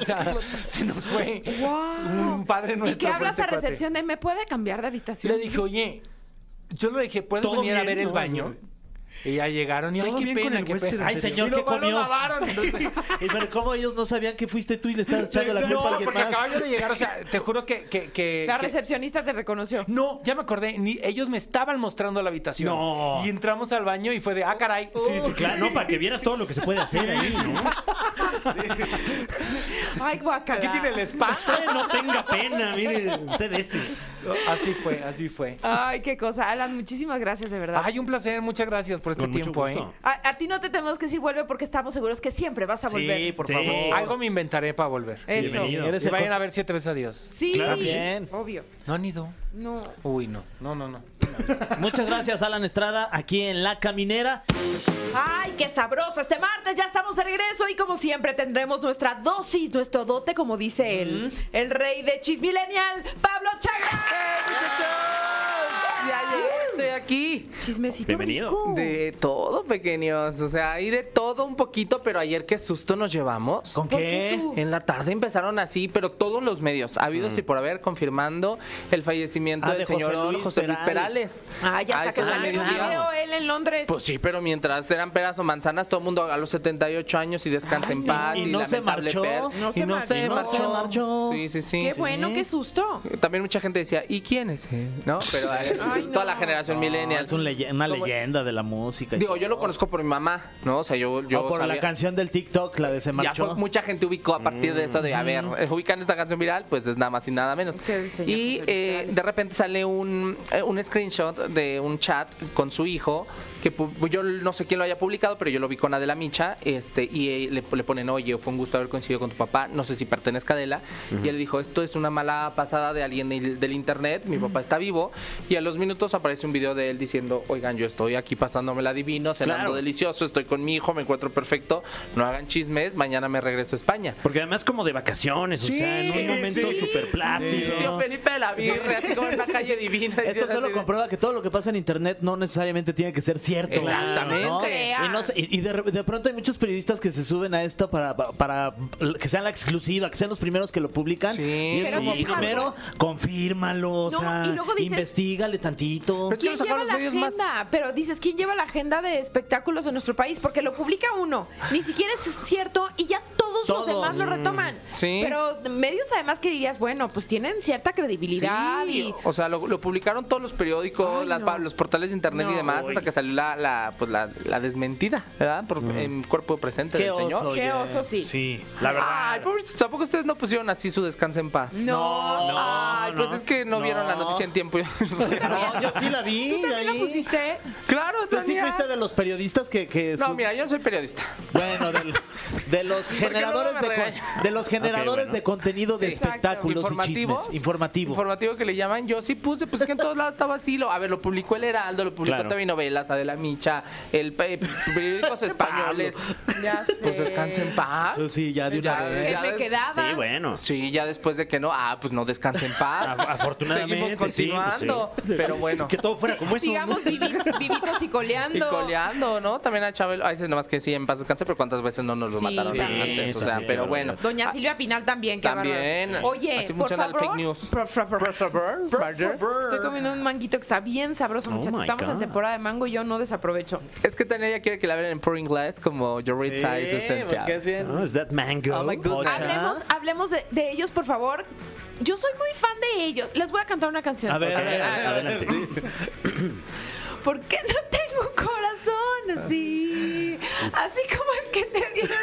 [SPEAKER 5] o sea, se nos fue.
[SPEAKER 2] ¡Wow!
[SPEAKER 5] Un padre
[SPEAKER 2] ¿Y
[SPEAKER 5] nuestro.
[SPEAKER 2] qué
[SPEAKER 5] fue
[SPEAKER 2] hablas
[SPEAKER 5] este
[SPEAKER 2] a
[SPEAKER 5] cuate.
[SPEAKER 2] recepción de me puede cambiar de habitación?
[SPEAKER 5] Le dije, oye, yo le dije, ¿puedes
[SPEAKER 4] ¿Todo
[SPEAKER 5] venir a
[SPEAKER 4] bien?
[SPEAKER 5] ver el
[SPEAKER 4] No,
[SPEAKER 5] baño? Y ya llegaron y, ay,
[SPEAKER 4] ¿Todo
[SPEAKER 5] qué
[SPEAKER 4] bien con
[SPEAKER 5] pena,
[SPEAKER 4] el
[SPEAKER 5] qué
[SPEAKER 4] huésped?
[SPEAKER 5] pena.
[SPEAKER 4] Ay,
[SPEAKER 5] Y
[SPEAKER 3] señor,
[SPEAKER 5] luego
[SPEAKER 3] ¿qué
[SPEAKER 5] lo
[SPEAKER 3] comió?
[SPEAKER 5] lavaron, entonces-
[SPEAKER 3] Y pero cómo ellos no sabían que fuiste tú y le estabas echando la culpa a
[SPEAKER 5] No,
[SPEAKER 3] alguien
[SPEAKER 5] porque
[SPEAKER 3] más.
[SPEAKER 5] acabaron de llegar, o sea, te juro que... que, que-
[SPEAKER 2] La
[SPEAKER 5] eh, que-
[SPEAKER 2] recepcionista te reconoció.
[SPEAKER 5] No, ya me acordé, ni, ellos me estaban mostrando la habitación.
[SPEAKER 4] No.
[SPEAKER 5] Y entramos al baño y fue de, ah, caray.
[SPEAKER 4] Sí, sí, claro. No, para que vieras todo lo que se puede hacer ahí, ¿no?
[SPEAKER 2] Ay, guacala.
[SPEAKER 5] Aquí tiene el spa.
[SPEAKER 4] Usted no tenga pena, mire, usted este. ese.
[SPEAKER 5] Así fue, así fue.
[SPEAKER 2] Ay, qué cosa. Alan, muchísimas gracias, de verdad.
[SPEAKER 5] Ay, un placer, muchas gracias por por este
[SPEAKER 4] Con mucho
[SPEAKER 5] tiempo, ¿eh?
[SPEAKER 4] gusto.
[SPEAKER 2] A, a ti no te tenemos que decir vuelve porque estamos seguros que siempre vas a volver.
[SPEAKER 3] Sí, por
[SPEAKER 4] Sí.
[SPEAKER 3] favor.
[SPEAKER 5] Algo me inventaré para volver.
[SPEAKER 2] Eh, Eso.
[SPEAKER 4] Bienvenido.
[SPEAKER 3] Eres
[SPEAKER 5] Y
[SPEAKER 3] el
[SPEAKER 5] vayan
[SPEAKER 3] coach.
[SPEAKER 5] a ver siete veces a Dios.
[SPEAKER 2] Sí,
[SPEAKER 4] Claro.
[SPEAKER 3] Bien.
[SPEAKER 2] obvio.
[SPEAKER 5] ¿No han ido?
[SPEAKER 2] No.
[SPEAKER 5] Uy, no. No, no, no.
[SPEAKER 3] Muchas gracias, Alan Estrada, aquí en La Caminera.
[SPEAKER 2] ¡Ay, qué sabroso! Este martes ya estamos de regreso y como siempre tendremos nuestra dosis, nuestro dote, como dice él, el rey de Chismilenial, Pablo Chagra.
[SPEAKER 6] muchachos! Ya llegué, estoy aquí.
[SPEAKER 2] Chismecito
[SPEAKER 4] Bienvenido.
[SPEAKER 2] rico.
[SPEAKER 6] De todo, pequeños. O sea, hay de todo un poquito, pero ayer qué susto nos llevamos.
[SPEAKER 3] ¿Con
[SPEAKER 2] ¿Por
[SPEAKER 3] qué?
[SPEAKER 2] qué tú?
[SPEAKER 6] En la tarde empezaron así, pero todos los medios, habidos y por haber, confirmando el fallecimiento
[SPEAKER 3] Mm. Ah,
[SPEAKER 6] del
[SPEAKER 3] de
[SPEAKER 6] señor
[SPEAKER 3] José
[SPEAKER 6] José
[SPEAKER 3] Luis
[SPEAKER 6] Luis,
[SPEAKER 3] Perales.
[SPEAKER 6] Perales.
[SPEAKER 2] Ay,
[SPEAKER 6] A
[SPEAKER 2] hasta
[SPEAKER 6] eso
[SPEAKER 2] Ah, que
[SPEAKER 6] de
[SPEAKER 2] salió un
[SPEAKER 6] mediodía.
[SPEAKER 2] video él en Londres.
[SPEAKER 6] Pues sí, pero mientras eran peras o manzanas, todo el mundo a los 78 años y descansa
[SPEAKER 2] Ay,
[SPEAKER 6] en
[SPEAKER 2] no.
[SPEAKER 6] paz.
[SPEAKER 3] ¿Y
[SPEAKER 6] Y,
[SPEAKER 3] no se
[SPEAKER 6] lamentable
[SPEAKER 3] marchó?
[SPEAKER 6] per-
[SPEAKER 2] No
[SPEAKER 6] y
[SPEAKER 2] se
[SPEAKER 6] no se
[SPEAKER 2] marchó.
[SPEAKER 6] marchó.
[SPEAKER 2] No se
[SPEAKER 3] marchó.
[SPEAKER 6] Sí, sí, sí.
[SPEAKER 2] qué bueno, qué susto.
[SPEAKER 6] También mucha gente decía, ¿y quién es él? ¿No? Pero eh,
[SPEAKER 2] Ay, no.
[SPEAKER 6] toda la generación millennial.
[SPEAKER 3] Ah, es un leye- una
[SPEAKER 6] Como-
[SPEAKER 3] leyenda de la música. y
[SPEAKER 6] Digo,
[SPEAKER 3] todo.
[SPEAKER 6] yo lo conozco por mi mamá, ¿no? O sea, yo, yo
[SPEAKER 3] o por
[SPEAKER 6] sabía-
[SPEAKER 3] la canción del TikTok, la de Se
[SPEAKER 6] Ya
[SPEAKER 3] Marchó. Mm.
[SPEAKER 6] fue- mucha gente ubicó a partir de eso de, a ver, eh, ubican esta canción viral, pues es nada más y nada menos.
[SPEAKER 2] Que el señor José
[SPEAKER 6] Y
[SPEAKER 2] Luis
[SPEAKER 6] eh,
[SPEAKER 2] Perales.
[SPEAKER 6] de repente sale un, eh, un screenshot de un chat con su hijo, que pu- yo no sé quién lo haya publicado, pero yo lo vi con Adela Micha, este, y eh, le, le ponen, oye, fue un gusto haber coincidido con tu papá, no sé si pertenezca a Adela, y él dijo, esto es una mala pasada de alguien del, del internet, mi papá está vivo, y a los minutos aparece un video de él diciendo, oigan, yo estoy aquí pasándome la divino, cenando
[SPEAKER 4] Claro.
[SPEAKER 6] delicioso, estoy con mi hijo, me encuentro perfecto, no hagan chismes, mañana me regreso a España.
[SPEAKER 4] Porque además como de vacaciones, o sea, en un momento
[SPEAKER 6] sí.
[SPEAKER 4] súper plácido.
[SPEAKER 6] Tío Felipe de la Virre, así como en la calle divina.
[SPEAKER 3] Esto
[SPEAKER 6] diciendo
[SPEAKER 3] solo
[SPEAKER 6] así de-
[SPEAKER 3] comprueba que todo lo que pasa en internet no necesariamente tiene que ser cierto.
[SPEAKER 6] Exactamente.
[SPEAKER 3] ¿no? Y, no sé- y- y de, re- de pronto hay muchos periodistas que se suben a esta para, para que sean la exclusiva, que sean los primeros que lo publican.
[SPEAKER 6] Sí.
[SPEAKER 3] Y es
[SPEAKER 2] Pero
[SPEAKER 3] como
[SPEAKER 2] confírmalo.
[SPEAKER 3] primero, confírmalo, o
[SPEAKER 2] No,
[SPEAKER 3] sea,
[SPEAKER 2] y luego dices-
[SPEAKER 3] investigale tantito.
[SPEAKER 6] Pero es que
[SPEAKER 2] ¿Quién
[SPEAKER 6] lo sacaron
[SPEAKER 2] lleva la
[SPEAKER 6] los medios
[SPEAKER 2] agenda?
[SPEAKER 6] más-
[SPEAKER 2] Pero dices, ¿quién lleva la agenda de espectáculos de nuestro país? Porque lo publica uno, ni siquiera es cierto y ya todos,
[SPEAKER 3] Todos.
[SPEAKER 2] los demás lo retoman.
[SPEAKER 6] Sí.
[SPEAKER 2] Pero medios además que dirías, bueno, pues tienen cierta credibilidad
[SPEAKER 6] Sí,
[SPEAKER 2] y...
[SPEAKER 6] o sea, lo, lo publicaron todos los periódicos,
[SPEAKER 2] Ay,
[SPEAKER 6] las
[SPEAKER 2] no.
[SPEAKER 6] pa- los portales de internet
[SPEAKER 2] No.
[SPEAKER 6] y demás, hasta
[SPEAKER 4] Uy.
[SPEAKER 6] que salió la, la, pues, la, la desmentida, ¿verdad? Por, En cuerpo presente
[SPEAKER 3] Qué
[SPEAKER 6] del señor.
[SPEAKER 3] oso,
[SPEAKER 2] Qué
[SPEAKER 3] oye.
[SPEAKER 2] oso, sí.
[SPEAKER 4] Sí, la verdad.
[SPEAKER 6] Ay, pobrecitos, ¿a poco ustedes no pusieron así su descanso en paz?
[SPEAKER 2] No.
[SPEAKER 4] No.
[SPEAKER 6] Ay, pues
[SPEAKER 4] no.
[SPEAKER 6] es que no, vieron la
[SPEAKER 3] No.
[SPEAKER 6] noticia en tiempo.
[SPEAKER 3] No, yo sí la vi.
[SPEAKER 2] ¿Tú también
[SPEAKER 3] ahí.
[SPEAKER 2] lo pusiste?
[SPEAKER 6] claro,
[SPEAKER 3] ¿Tú sí
[SPEAKER 6] Tania.
[SPEAKER 3] fuiste de los periodistas que... que
[SPEAKER 6] No,
[SPEAKER 3] sub-
[SPEAKER 6] mira, yo no soy periodista.
[SPEAKER 3] Bueno, del- de los generadores,
[SPEAKER 6] me
[SPEAKER 3] de, con-
[SPEAKER 6] regañan?
[SPEAKER 3] de, los generadores
[SPEAKER 4] Ok, bueno.
[SPEAKER 3] de contenido de
[SPEAKER 6] Sí.
[SPEAKER 3] espectáculos y chismes. Informativo.
[SPEAKER 6] Informativo que le llaman. Yo sí puse, pues es que en todos lados estaba así. Lo, a ver, lo publicó El Heraldo, lo publicó
[SPEAKER 4] Claro.
[SPEAKER 6] TV Novelas, Adela Micha, el pe- periódicos españoles.
[SPEAKER 2] Ya sé.
[SPEAKER 6] Pues descanse en paz.
[SPEAKER 3] Eso sí, ya de
[SPEAKER 6] Ya,
[SPEAKER 3] una vez.
[SPEAKER 2] Que
[SPEAKER 6] ya
[SPEAKER 2] me
[SPEAKER 6] ves.
[SPEAKER 2] quedaba.
[SPEAKER 4] Sí, bueno.
[SPEAKER 6] Sí, ya después de que no, ah, pues no descanse en paz.
[SPEAKER 4] Af- afortunadamente,
[SPEAKER 6] Seguimos
[SPEAKER 4] sí, pues sí.
[SPEAKER 6] continuando. Pero bueno.
[SPEAKER 4] Que todo fuera como eso.
[SPEAKER 2] Sigamos
[SPEAKER 4] ¿no?
[SPEAKER 2] vivi- vivitos y
[SPEAKER 6] Y
[SPEAKER 2] coleando.
[SPEAKER 6] coleando, ¿no? También a Chabelo, a veces nomás que sí, en paz descanse, pero cuántas veces no nos lo
[SPEAKER 2] Sí,
[SPEAKER 6] mataron
[SPEAKER 2] sí,
[SPEAKER 6] antes. O
[SPEAKER 4] eso
[SPEAKER 6] sea,
[SPEAKER 4] sí,
[SPEAKER 6] pero
[SPEAKER 4] la
[SPEAKER 6] bueno.
[SPEAKER 2] Doña Silvia Pinal también, qué
[SPEAKER 6] También.
[SPEAKER 2] bárbaro. Oye,
[SPEAKER 6] Así
[SPEAKER 2] por
[SPEAKER 6] funciona
[SPEAKER 2] favor,
[SPEAKER 6] el fake news.
[SPEAKER 2] por favor,
[SPEAKER 6] Por favor, Roger.
[SPEAKER 2] Estoy comiendo un manguito que está bien sabroso,
[SPEAKER 4] Oh
[SPEAKER 2] muchachos.
[SPEAKER 4] my
[SPEAKER 2] Estamos en
[SPEAKER 4] God.
[SPEAKER 2] temporada de mango y yo no desaprovecho.
[SPEAKER 6] Es que Tania ya quiere que la vean en Pouring Glass como Your Red Size su esencia.
[SPEAKER 3] porque es bien-
[SPEAKER 4] No, is that mango?
[SPEAKER 6] Oh my goodness.
[SPEAKER 3] Ocha.
[SPEAKER 2] Hablemos, hablemos de, de ellos, por favor. Yo soy muy fan de ellos. Les voy a cantar una canción.
[SPEAKER 3] A ver,
[SPEAKER 4] Ok,
[SPEAKER 3] a ver, a ver.
[SPEAKER 4] adelante.
[SPEAKER 2] ¿Por qué no tengo un corazón así? Así como el que te dieron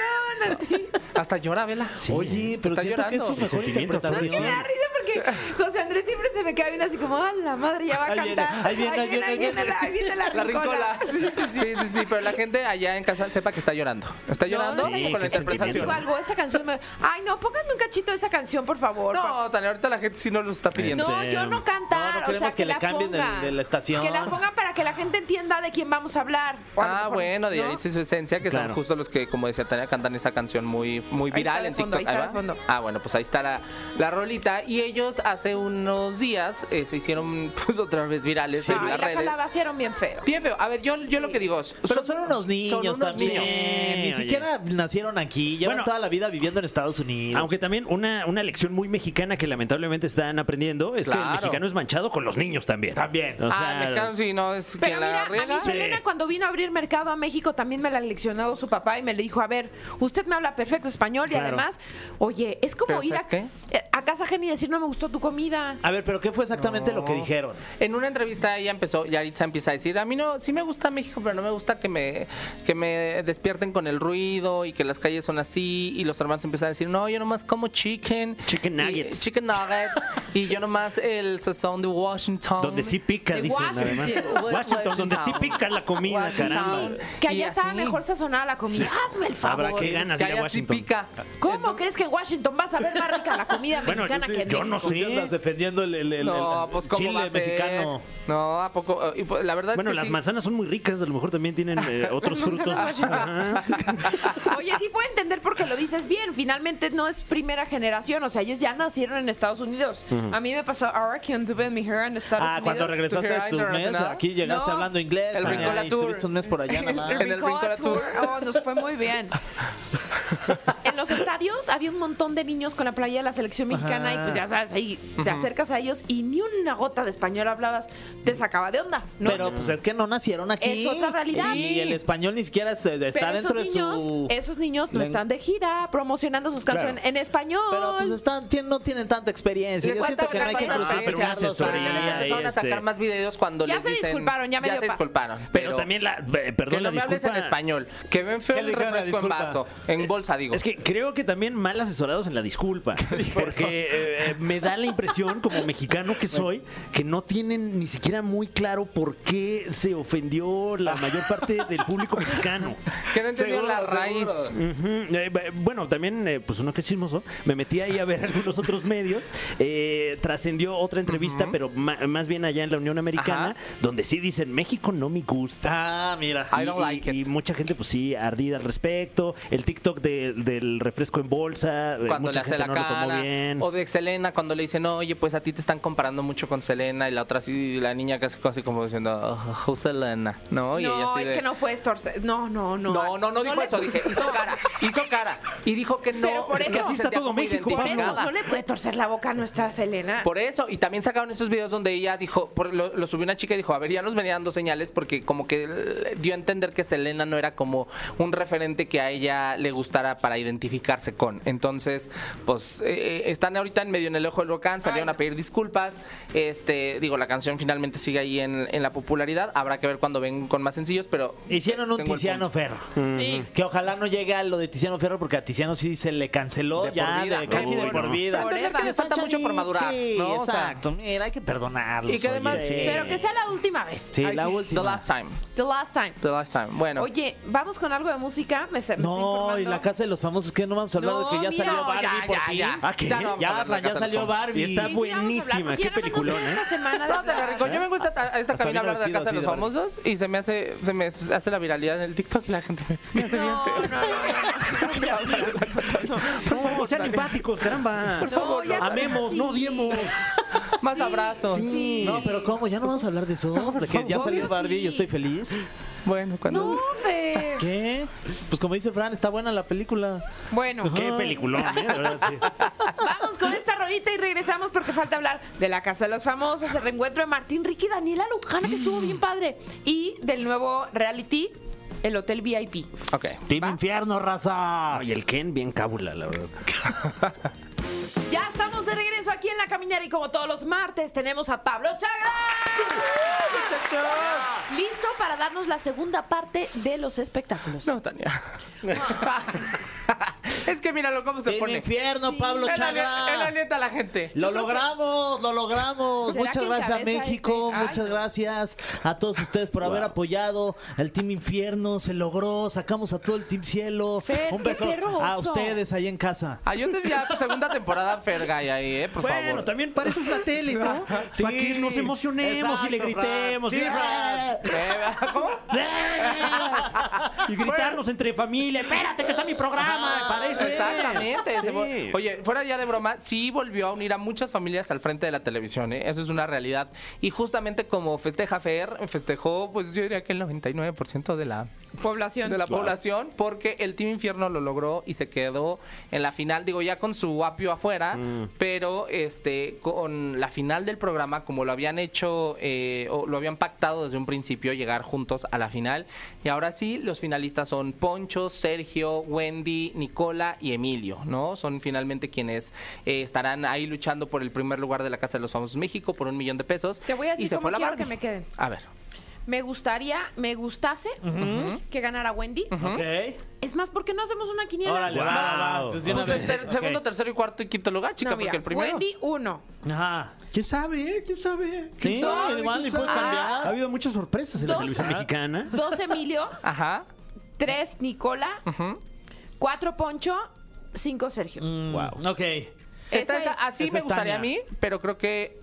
[SPEAKER 2] a ti.
[SPEAKER 6] Hasta llora, vela.
[SPEAKER 3] Oye, pero
[SPEAKER 6] Está
[SPEAKER 3] siento que es su
[SPEAKER 6] llorando.
[SPEAKER 3] mejor
[SPEAKER 4] Sentimiento,
[SPEAKER 3] interpretación.
[SPEAKER 2] Me da risa porque José Andrés siempre se me queda viendo así como, ah, la madre ya va a
[SPEAKER 3] Ahí viene,
[SPEAKER 2] cantar.
[SPEAKER 3] ahí viene, ahí viene, ahí viene.
[SPEAKER 2] la- ahí viene la,
[SPEAKER 6] La rincola. Sí, sí, sí, sí, pero la gente allá en casa sepa que está llorando. Está llorando
[SPEAKER 2] No, no,
[SPEAKER 6] con la
[SPEAKER 4] sí, qué
[SPEAKER 2] Les
[SPEAKER 6] interpretación.
[SPEAKER 2] digo algo, esa canción me... Ay, no, pónganme un cachito de esa canción, por favor.
[SPEAKER 6] No, Tania, ahorita la gente sí nos lo está pidiendo. Ah,
[SPEAKER 2] No,
[SPEAKER 4] Este,
[SPEAKER 2] yo no
[SPEAKER 3] no, no
[SPEAKER 2] cantar, o sea,
[SPEAKER 3] queremos
[SPEAKER 2] que,
[SPEAKER 3] que le
[SPEAKER 2] la
[SPEAKER 3] cambien de-
[SPEAKER 2] pongan.
[SPEAKER 3] de la estación.
[SPEAKER 2] Que la pongan para que la gente entienda de quién vamos a hablar. O a lo
[SPEAKER 6] Ah,
[SPEAKER 2] mejor,
[SPEAKER 6] bueno,
[SPEAKER 2] ¿no?
[SPEAKER 6] de Yaritza y su esencia, que
[SPEAKER 4] Claro.
[SPEAKER 6] son justo los que, como decía Tania, cantan esa canción muy, muy
[SPEAKER 2] Ahí está
[SPEAKER 6] viral
[SPEAKER 2] de
[SPEAKER 6] en
[SPEAKER 2] fondo,
[SPEAKER 6] TikTok.
[SPEAKER 2] ahí está
[SPEAKER 6] va.
[SPEAKER 2] de fondo.
[SPEAKER 6] Ah, bueno, pues ahí está la, la rolita. Y ellos hace unos días eh, se hicieron pues otra vez virales
[SPEAKER 2] Ay,
[SPEAKER 6] en las
[SPEAKER 2] la
[SPEAKER 6] redes.
[SPEAKER 2] calabacieron bien feo.
[SPEAKER 6] Bien feo. A ver, yo, yo lo que digo es.
[SPEAKER 3] Pero son unos niños
[SPEAKER 6] unos
[SPEAKER 3] también.
[SPEAKER 6] niños.
[SPEAKER 3] Ni
[SPEAKER 4] oye.
[SPEAKER 3] siquiera nacieron aquí. Llevan
[SPEAKER 4] Bueno.
[SPEAKER 3] toda la vida viviendo en Estados Unidos.
[SPEAKER 4] Aunque también una, una lección muy mexicana que lamentablemente están aprendiendo es que el
[SPEAKER 6] Claro.
[SPEAKER 4] mexicano es manchado con los niños también. También. O
[SPEAKER 6] Ah,
[SPEAKER 4] sea,
[SPEAKER 6] Mexicano, sí, no, es
[SPEAKER 2] Pero
[SPEAKER 6] quien la
[SPEAKER 2] mira, a mí
[SPEAKER 6] riega.
[SPEAKER 2] Selena
[SPEAKER 4] Sí.
[SPEAKER 2] cuando vino a abrir mercado a México también me la leccionó su papá y me le dijo, a ver, usted me habla perfecto español y
[SPEAKER 4] Claro.
[SPEAKER 2] además, oye, es como
[SPEAKER 6] Pero
[SPEAKER 2] ir a,
[SPEAKER 6] ¿sabes
[SPEAKER 2] a casa ajena y decir no me gustó tu comida.
[SPEAKER 3] A ver, pero ¿qué fue exactamente lo que dijeron?
[SPEAKER 6] En una entrevista ella empezó, Yaritza empieza a decir, a mí no, sí me gusta México, pero no me gusta que me, que me despierten con el ruido y que las calles son así. Y los hermanos empiezan a decir, no, yo nomás como chicken.
[SPEAKER 4] Chicken
[SPEAKER 6] y-
[SPEAKER 4] nuggets.
[SPEAKER 6] chicken nuggets. y yo nomás el sazón de Washington.
[SPEAKER 4] Donde sí pica,
[SPEAKER 2] De
[SPEAKER 4] dicen
[SPEAKER 2] Washington.
[SPEAKER 4] además.
[SPEAKER 6] Washington,
[SPEAKER 4] Washington, donde sí
[SPEAKER 6] Washington.
[SPEAKER 4] pica la comida,
[SPEAKER 6] Washington.
[SPEAKER 4] caramba.
[SPEAKER 2] Que
[SPEAKER 6] Y
[SPEAKER 2] allá estaba
[SPEAKER 6] así.
[SPEAKER 2] mejor sazonada la comida. Hazme el favor.
[SPEAKER 4] Habrá que ganas
[SPEAKER 6] Que
[SPEAKER 4] de ir a
[SPEAKER 6] allá sí
[SPEAKER 4] Washington.
[SPEAKER 6] pica.
[SPEAKER 2] ¿Cómo crees que en Washington vas a ver más rica la comida
[SPEAKER 4] Bueno,
[SPEAKER 2] mexicana que en
[SPEAKER 4] yo no
[SPEAKER 2] México?
[SPEAKER 4] Sí.
[SPEAKER 3] ¿Tú qué andas defendiendo el, el- el-
[SPEAKER 6] No,
[SPEAKER 3] el
[SPEAKER 6] pues cómo
[SPEAKER 3] chile
[SPEAKER 6] va a ser?
[SPEAKER 3] mexicano.
[SPEAKER 6] No, a poco. Eh, y, pues, la verdad
[SPEAKER 4] Bueno,
[SPEAKER 6] es que
[SPEAKER 4] las
[SPEAKER 6] sí.
[SPEAKER 4] manzanas son muy ricas, a lo mejor también tienen eh, otros frutos. Ajá.
[SPEAKER 2] Oye, sí puedo entender porque lo dices bien. Finalmente no es primera generación. O sea, ellos ya nacieron en Estados Unidos. A mí me pasó ahora que anduve en mi hija en Estados
[SPEAKER 3] Ah,
[SPEAKER 2] Unidos.
[SPEAKER 3] cuando regresaste
[SPEAKER 6] Tour
[SPEAKER 3] de tu mes,
[SPEAKER 6] internacional.
[SPEAKER 3] aquí llegaste
[SPEAKER 2] No,
[SPEAKER 3] hablando inglés.
[SPEAKER 6] el
[SPEAKER 3] Tania,
[SPEAKER 6] Rincola
[SPEAKER 3] y
[SPEAKER 6] Tour.
[SPEAKER 3] Estuviste un mes por allá nada más.
[SPEAKER 6] En el Rincola Tour.
[SPEAKER 2] Oh, nos fue muy bien. En los estadios había un montón de niños con la playa de la selección mexicana
[SPEAKER 3] Ajá.
[SPEAKER 2] y pues ya sabes, ahí te acercas a ellos y ni una gota de español hablabas, te sacaba de onda, ¿no?
[SPEAKER 3] Pero pues es que no nacieron aquí.
[SPEAKER 2] Es otra realidad.
[SPEAKER 3] Sí, Y el español ni siquiera es- está
[SPEAKER 2] Pero esos
[SPEAKER 3] dentro de
[SPEAKER 2] niños,
[SPEAKER 3] su...
[SPEAKER 2] esos niños no
[SPEAKER 3] Leng-
[SPEAKER 2] están de gira promocionando sus
[SPEAKER 3] Claro.
[SPEAKER 2] canciones en español.
[SPEAKER 3] Pero pues están, tien- no tienen tanta experiencia.
[SPEAKER 6] Les
[SPEAKER 3] Yo
[SPEAKER 6] falta
[SPEAKER 3] siento que no hay que
[SPEAKER 6] una experiencia.
[SPEAKER 3] crucificarlos.
[SPEAKER 4] Pero una
[SPEAKER 6] Ya les
[SPEAKER 4] asesoría
[SPEAKER 3] ¿eh?
[SPEAKER 6] empezaron a
[SPEAKER 4] este-
[SPEAKER 6] sacar más videos cuando
[SPEAKER 2] Ya
[SPEAKER 6] les
[SPEAKER 2] se
[SPEAKER 6] dicen-
[SPEAKER 2] disculparon, ya me dio
[SPEAKER 6] se
[SPEAKER 2] paz.
[SPEAKER 6] disculparon.
[SPEAKER 4] Pero también la. eh, Perdón,
[SPEAKER 6] que
[SPEAKER 4] la
[SPEAKER 6] no me hables en
[SPEAKER 4] disculpa-
[SPEAKER 6] español. Que ven feo
[SPEAKER 3] ¿Qué le
[SPEAKER 6] el
[SPEAKER 3] dijeron la
[SPEAKER 6] refresco en
[SPEAKER 3] disculpa?
[SPEAKER 6] vaso. En bolsa, digo.
[SPEAKER 4] Eh, Es que creo que también mal asesorados en la disculpa. Porque eh, me da la impresión, como mexicano que soy, que no tienen ni siquiera muy claro por qué se ofendió la mayor parte del público mexicano.
[SPEAKER 6] Que no entendieron la raíz.
[SPEAKER 4] Ujú. Eh, b- bueno, también, eh, pues uno que es chismoso, me metí ahí a ver algunos otros medios. Eh, trascendió otra entrevista, pero ma- más bien allá en la Unión Americana,
[SPEAKER 6] Ajá.
[SPEAKER 4] donde sí dicen México no me gusta.
[SPEAKER 3] Ah, mira.
[SPEAKER 6] I don't
[SPEAKER 4] Y-
[SPEAKER 6] like
[SPEAKER 4] y,
[SPEAKER 6] it.
[SPEAKER 4] y mucha gente, pues sí, ardida al respecto. El TikTok de- del refresco en bolsa. eh,
[SPEAKER 6] Cuando
[SPEAKER 4] mucha
[SPEAKER 6] le hace la
[SPEAKER 4] gente no lo
[SPEAKER 6] cara.
[SPEAKER 4] tomó bien.
[SPEAKER 6] O de Selena, cuando le dicen, oye, pues a ti te están comparando mucho con Selena. Y la otra así, la niña casi, casi como diciendo, oh, Selena. No, y ella
[SPEAKER 2] no,
[SPEAKER 6] así
[SPEAKER 2] es
[SPEAKER 6] de-
[SPEAKER 2] que no puedes torcer. No, no, no.
[SPEAKER 6] No, no, no dijo
[SPEAKER 2] le-
[SPEAKER 6] eso, dije, hizo cara, hizo cara. Y dijo que no,
[SPEAKER 2] Pero por eso-
[SPEAKER 6] que
[SPEAKER 2] Así
[SPEAKER 6] se
[SPEAKER 4] está
[SPEAKER 6] sentía
[SPEAKER 4] todo
[SPEAKER 6] como
[SPEAKER 4] México,
[SPEAKER 2] Por eso
[SPEAKER 6] identificada.
[SPEAKER 2] no le puede torcer la boca a nuestra Selena.
[SPEAKER 6] Por eso, y también sacaron esos videos donde ella dijo, por- lo, lo subió una chica y dijo, a ver, ya nos venían dos señales porque como que eh, dio a entender que Selena no era como un referente que a ella le gustara para identificarse con. Entonces, pues eh, eh, están ahorita en medio en el ojo del huracán, salieron
[SPEAKER 2] Ay, no.
[SPEAKER 6] a pedir disculpas. Este, digo, la canción finalmente sigue ahí en, en la popularidad. Habrá que ver cuando ven con más sencillos, pero
[SPEAKER 3] Hicieron un
[SPEAKER 6] tengo el
[SPEAKER 3] Tiziano
[SPEAKER 6] punto.
[SPEAKER 3] Ferro.
[SPEAKER 2] Sí.
[SPEAKER 3] Que ojalá no llegue a lo de Tiziano Ferro porque a Tiziano sí se le canceló
[SPEAKER 6] De
[SPEAKER 3] ya
[SPEAKER 6] por vida.
[SPEAKER 3] de- casi
[SPEAKER 4] Uy,
[SPEAKER 3] de
[SPEAKER 4] no.
[SPEAKER 3] por vida.
[SPEAKER 6] Pero entender que les falta mucho por madurar,
[SPEAKER 3] Sí,
[SPEAKER 6] ¿no? O sea-
[SPEAKER 3] exacto. Mira, hay que perdonarlos.
[SPEAKER 6] Y que
[SPEAKER 3] Pues oye.
[SPEAKER 6] además-
[SPEAKER 3] Sí.
[SPEAKER 2] Pero que sea la última vez.
[SPEAKER 3] Sí,
[SPEAKER 6] Ay,
[SPEAKER 3] la
[SPEAKER 6] sí,
[SPEAKER 3] última.
[SPEAKER 6] The last time,
[SPEAKER 2] The last time.
[SPEAKER 6] the last time. Bueno.
[SPEAKER 2] Oye, vamos con algo de música. Me, se- me estoy
[SPEAKER 3] No, y
[SPEAKER 2] informando.
[SPEAKER 3] la casa de los famosos que no vamos a hablar
[SPEAKER 2] No,
[SPEAKER 3] de que ya
[SPEAKER 2] mira,
[SPEAKER 3] salió Barbie
[SPEAKER 6] ya,
[SPEAKER 3] por
[SPEAKER 6] ya,
[SPEAKER 3] fin.
[SPEAKER 6] ya.
[SPEAKER 3] Ah, ¿qué?
[SPEAKER 6] Ya no vamos a
[SPEAKER 3] Ya,
[SPEAKER 6] hablar de la
[SPEAKER 3] Fran, ya
[SPEAKER 6] casa de los
[SPEAKER 3] salió
[SPEAKER 6] famosos.
[SPEAKER 3] Barbie.
[SPEAKER 4] Y está
[SPEAKER 2] Sí, sí, vamos a hablar,
[SPEAKER 4] buenísima.
[SPEAKER 2] porque
[SPEAKER 4] Qué
[SPEAKER 2] ya nada más nos
[SPEAKER 4] peliculón,
[SPEAKER 2] queda
[SPEAKER 4] ¿eh?
[SPEAKER 2] esta semana de
[SPEAKER 6] Ah, No, te lo
[SPEAKER 2] hablar.
[SPEAKER 6] rico. Yo vengo a esta, a esta cabina a
[SPEAKER 3] vino
[SPEAKER 6] hablar de la
[SPEAKER 3] vestido
[SPEAKER 6] casa de
[SPEAKER 3] así
[SPEAKER 6] los
[SPEAKER 3] de Barbie.
[SPEAKER 6] famosos y se me hace, se me hace la viralidad en el TikTok y la gente me, me hace bien
[SPEAKER 2] No,
[SPEAKER 6] feo.
[SPEAKER 2] no, no, no, no, no.
[SPEAKER 4] No, sean empáticos, caramba.
[SPEAKER 2] Por favor, ya no sean
[SPEAKER 4] Amemos, no
[SPEAKER 2] así.
[SPEAKER 4] odiemos.
[SPEAKER 6] Más abrazos.
[SPEAKER 2] Sí.
[SPEAKER 3] No, pero ¿cómo? Ya no vamos a hablar de eso. De que ya
[SPEAKER 2] favor.
[SPEAKER 3] salió
[SPEAKER 2] Obvio,
[SPEAKER 3] Barbie y
[SPEAKER 2] sí.
[SPEAKER 3] yo estoy feliz.
[SPEAKER 6] Bueno, cuando.
[SPEAKER 2] No, Fer.
[SPEAKER 3] ¿Qué? Pues como dice Fran, está buena la película.
[SPEAKER 2] Bueno,
[SPEAKER 4] Qué peliculón, ¿eh? De verdad, sí.
[SPEAKER 2] vamos con esta rolita y regresamos porque falta hablar de la Casa de los Famosos, el reencuentro de Martín Ricky y Daniela Lujana, que estuvo bien padre, y del nuevo reality, el Hotel VIP.
[SPEAKER 6] Ok.
[SPEAKER 3] Team Infierno, raza.
[SPEAKER 4] Ay, el Ken bien cábula, la verdad.
[SPEAKER 2] Ya estamos de regreso aquí en La Caminera y como todos los martes tenemos a Pablo Chagra. Listo para darnos la segunda parte de los espectáculos.
[SPEAKER 6] No, Tania. es que míralo cómo se
[SPEAKER 3] Team
[SPEAKER 6] pone.
[SPEAKER 3] Infierno,
[SPEAKER 2] Sí.
[SPEAKER 3] Pablo
[SPEAKER 6] Él ale- él
[SPEAKER 3] Chagra.
[SPEAKER 6] alienta a la gente.
[SPEAKER 3] Lo logramos, lo logramos.
[SPEAKER 2] ¿Será
[SPEAKER 3] Muchas
[SPEAKER 2] que
[SPEAKER 3] gracias a
[SPEAKER 2] encabeza
[SPEAKER 3] México,
[SPEAKER 2] este? Ay,
[SPEAKER 3] muchas
[SPEAKER 2] no.
[SPEAKER 3] gracias a todos ustedes por haber apoyado al Team Infierno. Se logró, sacamos a todo el Team Cielo.
[SPEAKER 2] Fer,
[SPEAKER 3] Un
[SPEAKER 2] qué
[SPEAKER 3] beso
[SPEAKER 2] perroso.
[SPEAKER 3] a ustedes ahí en casa.
[SPEAKER 6] Ah, yo te vi a segunda temporada Fergay ahí, ¿eh? Por
[SPEAKER 4] bueno,
[SPEAKER 6] favor.
[SPEAKER 4] también para eso es la tele, ¿no?
[SPEAKER 3] Sí,
[SPEAKER 4] para que nos emocionemos y le
[SPEAKER 3] exacto, Fran.
[SPEAKER 4] gritemos.
[SPEAKER 3] Sí,
[SPEAKER 4] ¿sí, Fran?
[SPEAKER 6] Eh, ¿Cómo?
[SPEAKER 4] Y gritarnos entre familia. Espérate que está mi programa. Para eso es.
[SPEAKER 6] Exactamente. Se
[SPEAKER 4] Sí.
[SPEAKER 6] vol- Oye, fuera ya de broma, sí volvió a unir a muchas familias al frente de la televisión, ¿eh? Eso es una realidad. Y justamente como festeja Fer, festejó, pues yo diría que el 99% de la,
[SPEAKER 2] Población.
[SPEAKER 6] de la población, porque el Team Infierno lo logró y se quedó en la final, digo, ya con su apio afuera,
[SPEAKER 4] Mm.
[SPEAKER 6] pero este con la final del programa, como lo habían hecho eh, o lo habían pactado desde un principio, llegar juntos a la final. Y ahora sí, los finalistas son Poncho, Sergio, Wendy, Nicola Paola y Emilio, ¿no? Son finalmente quienes eh, estarán ahí luchando por el primer lugar de la Casa de los Famosos México por un millón de pesos.
[SPEAKER 2] Te voy a decir
[SPEAKER 6] y se
[SPEAKER 2] cómo
[SPEAKER 6] fue la
[SPEAKER 2] quiero
[SPEAKER 6] Barbie.
[SPEAKER 2] que me queden.
[SPEAKER 6] A ver.
[SPEAKER 2] Me gustaría, me gustase que ganara Wendy.
[SPEAKER 3] Ok.
[SPEAKER 2] Es más, ¿por qué no hacemos una quiniela?
[SPEAKER 3] Órale,
[SPEAKER 4] Wow.
[SPEAKER 3] va, va, va. Pues de una
[SPEAKER 6] Pues,
[SPEAKER 3] vez.
[SPEAKER 6] ter-
[SPEAKER 3] Ok.
[SPEAKER 6] Segundo, tercero y cuarto y quinto lugar, chica,
[SPEAKER 2] No, mira,
[SPEAKER 6] porque el primero.
[SPEAKER 2] Wendy, uno.
[SPEAKER 3] Ajá.
[SPEAKER 7] ¿Quién sabe? eh? ¿Quién sabe? ¿Quién
[SPEAKER 3] Sí, Ah,
[SPEAKER 7] sabe?
[SPEAKER 3] igual
[SPEAKER 7] ¿Quién
[SPEAKER 3] y puede
[SPEAKER 7] sabe?
[SPEAKER 3] cambiar.
[SPEAKER 7] Ha habido muchas sorpresas en la
[SPEAKER 2] Dos.
[SPEAKER 7] televisión
[SPEAKER 4] Televisión
[SPEAKER 7] mexicana.
[SPEAKER 4] mexicana.
[SPEAKER 2] Dos, Emilio.
[SPEAKER 6] Ajá.
[SPEAKER 2] tres, Nicola. Cuatro, Poncho. Cinco, Sergio.
[SPEAKER 6] Mm,
[SPEAKER 3] Wow. Mm, Ok.
[SPEAKER 2] Esa
[SPEAKER 6] Entonces,
[SPEAKER 2] es-
[SPEAKER 6] así
[SPEAKER 3] esa
[SPEAKER 6] me
[SPEAKER 3] es
[SPEAKER 6] gustaría a
[SPEAKER 3] Tania.
[SPEAKER 6] mí, pero creo que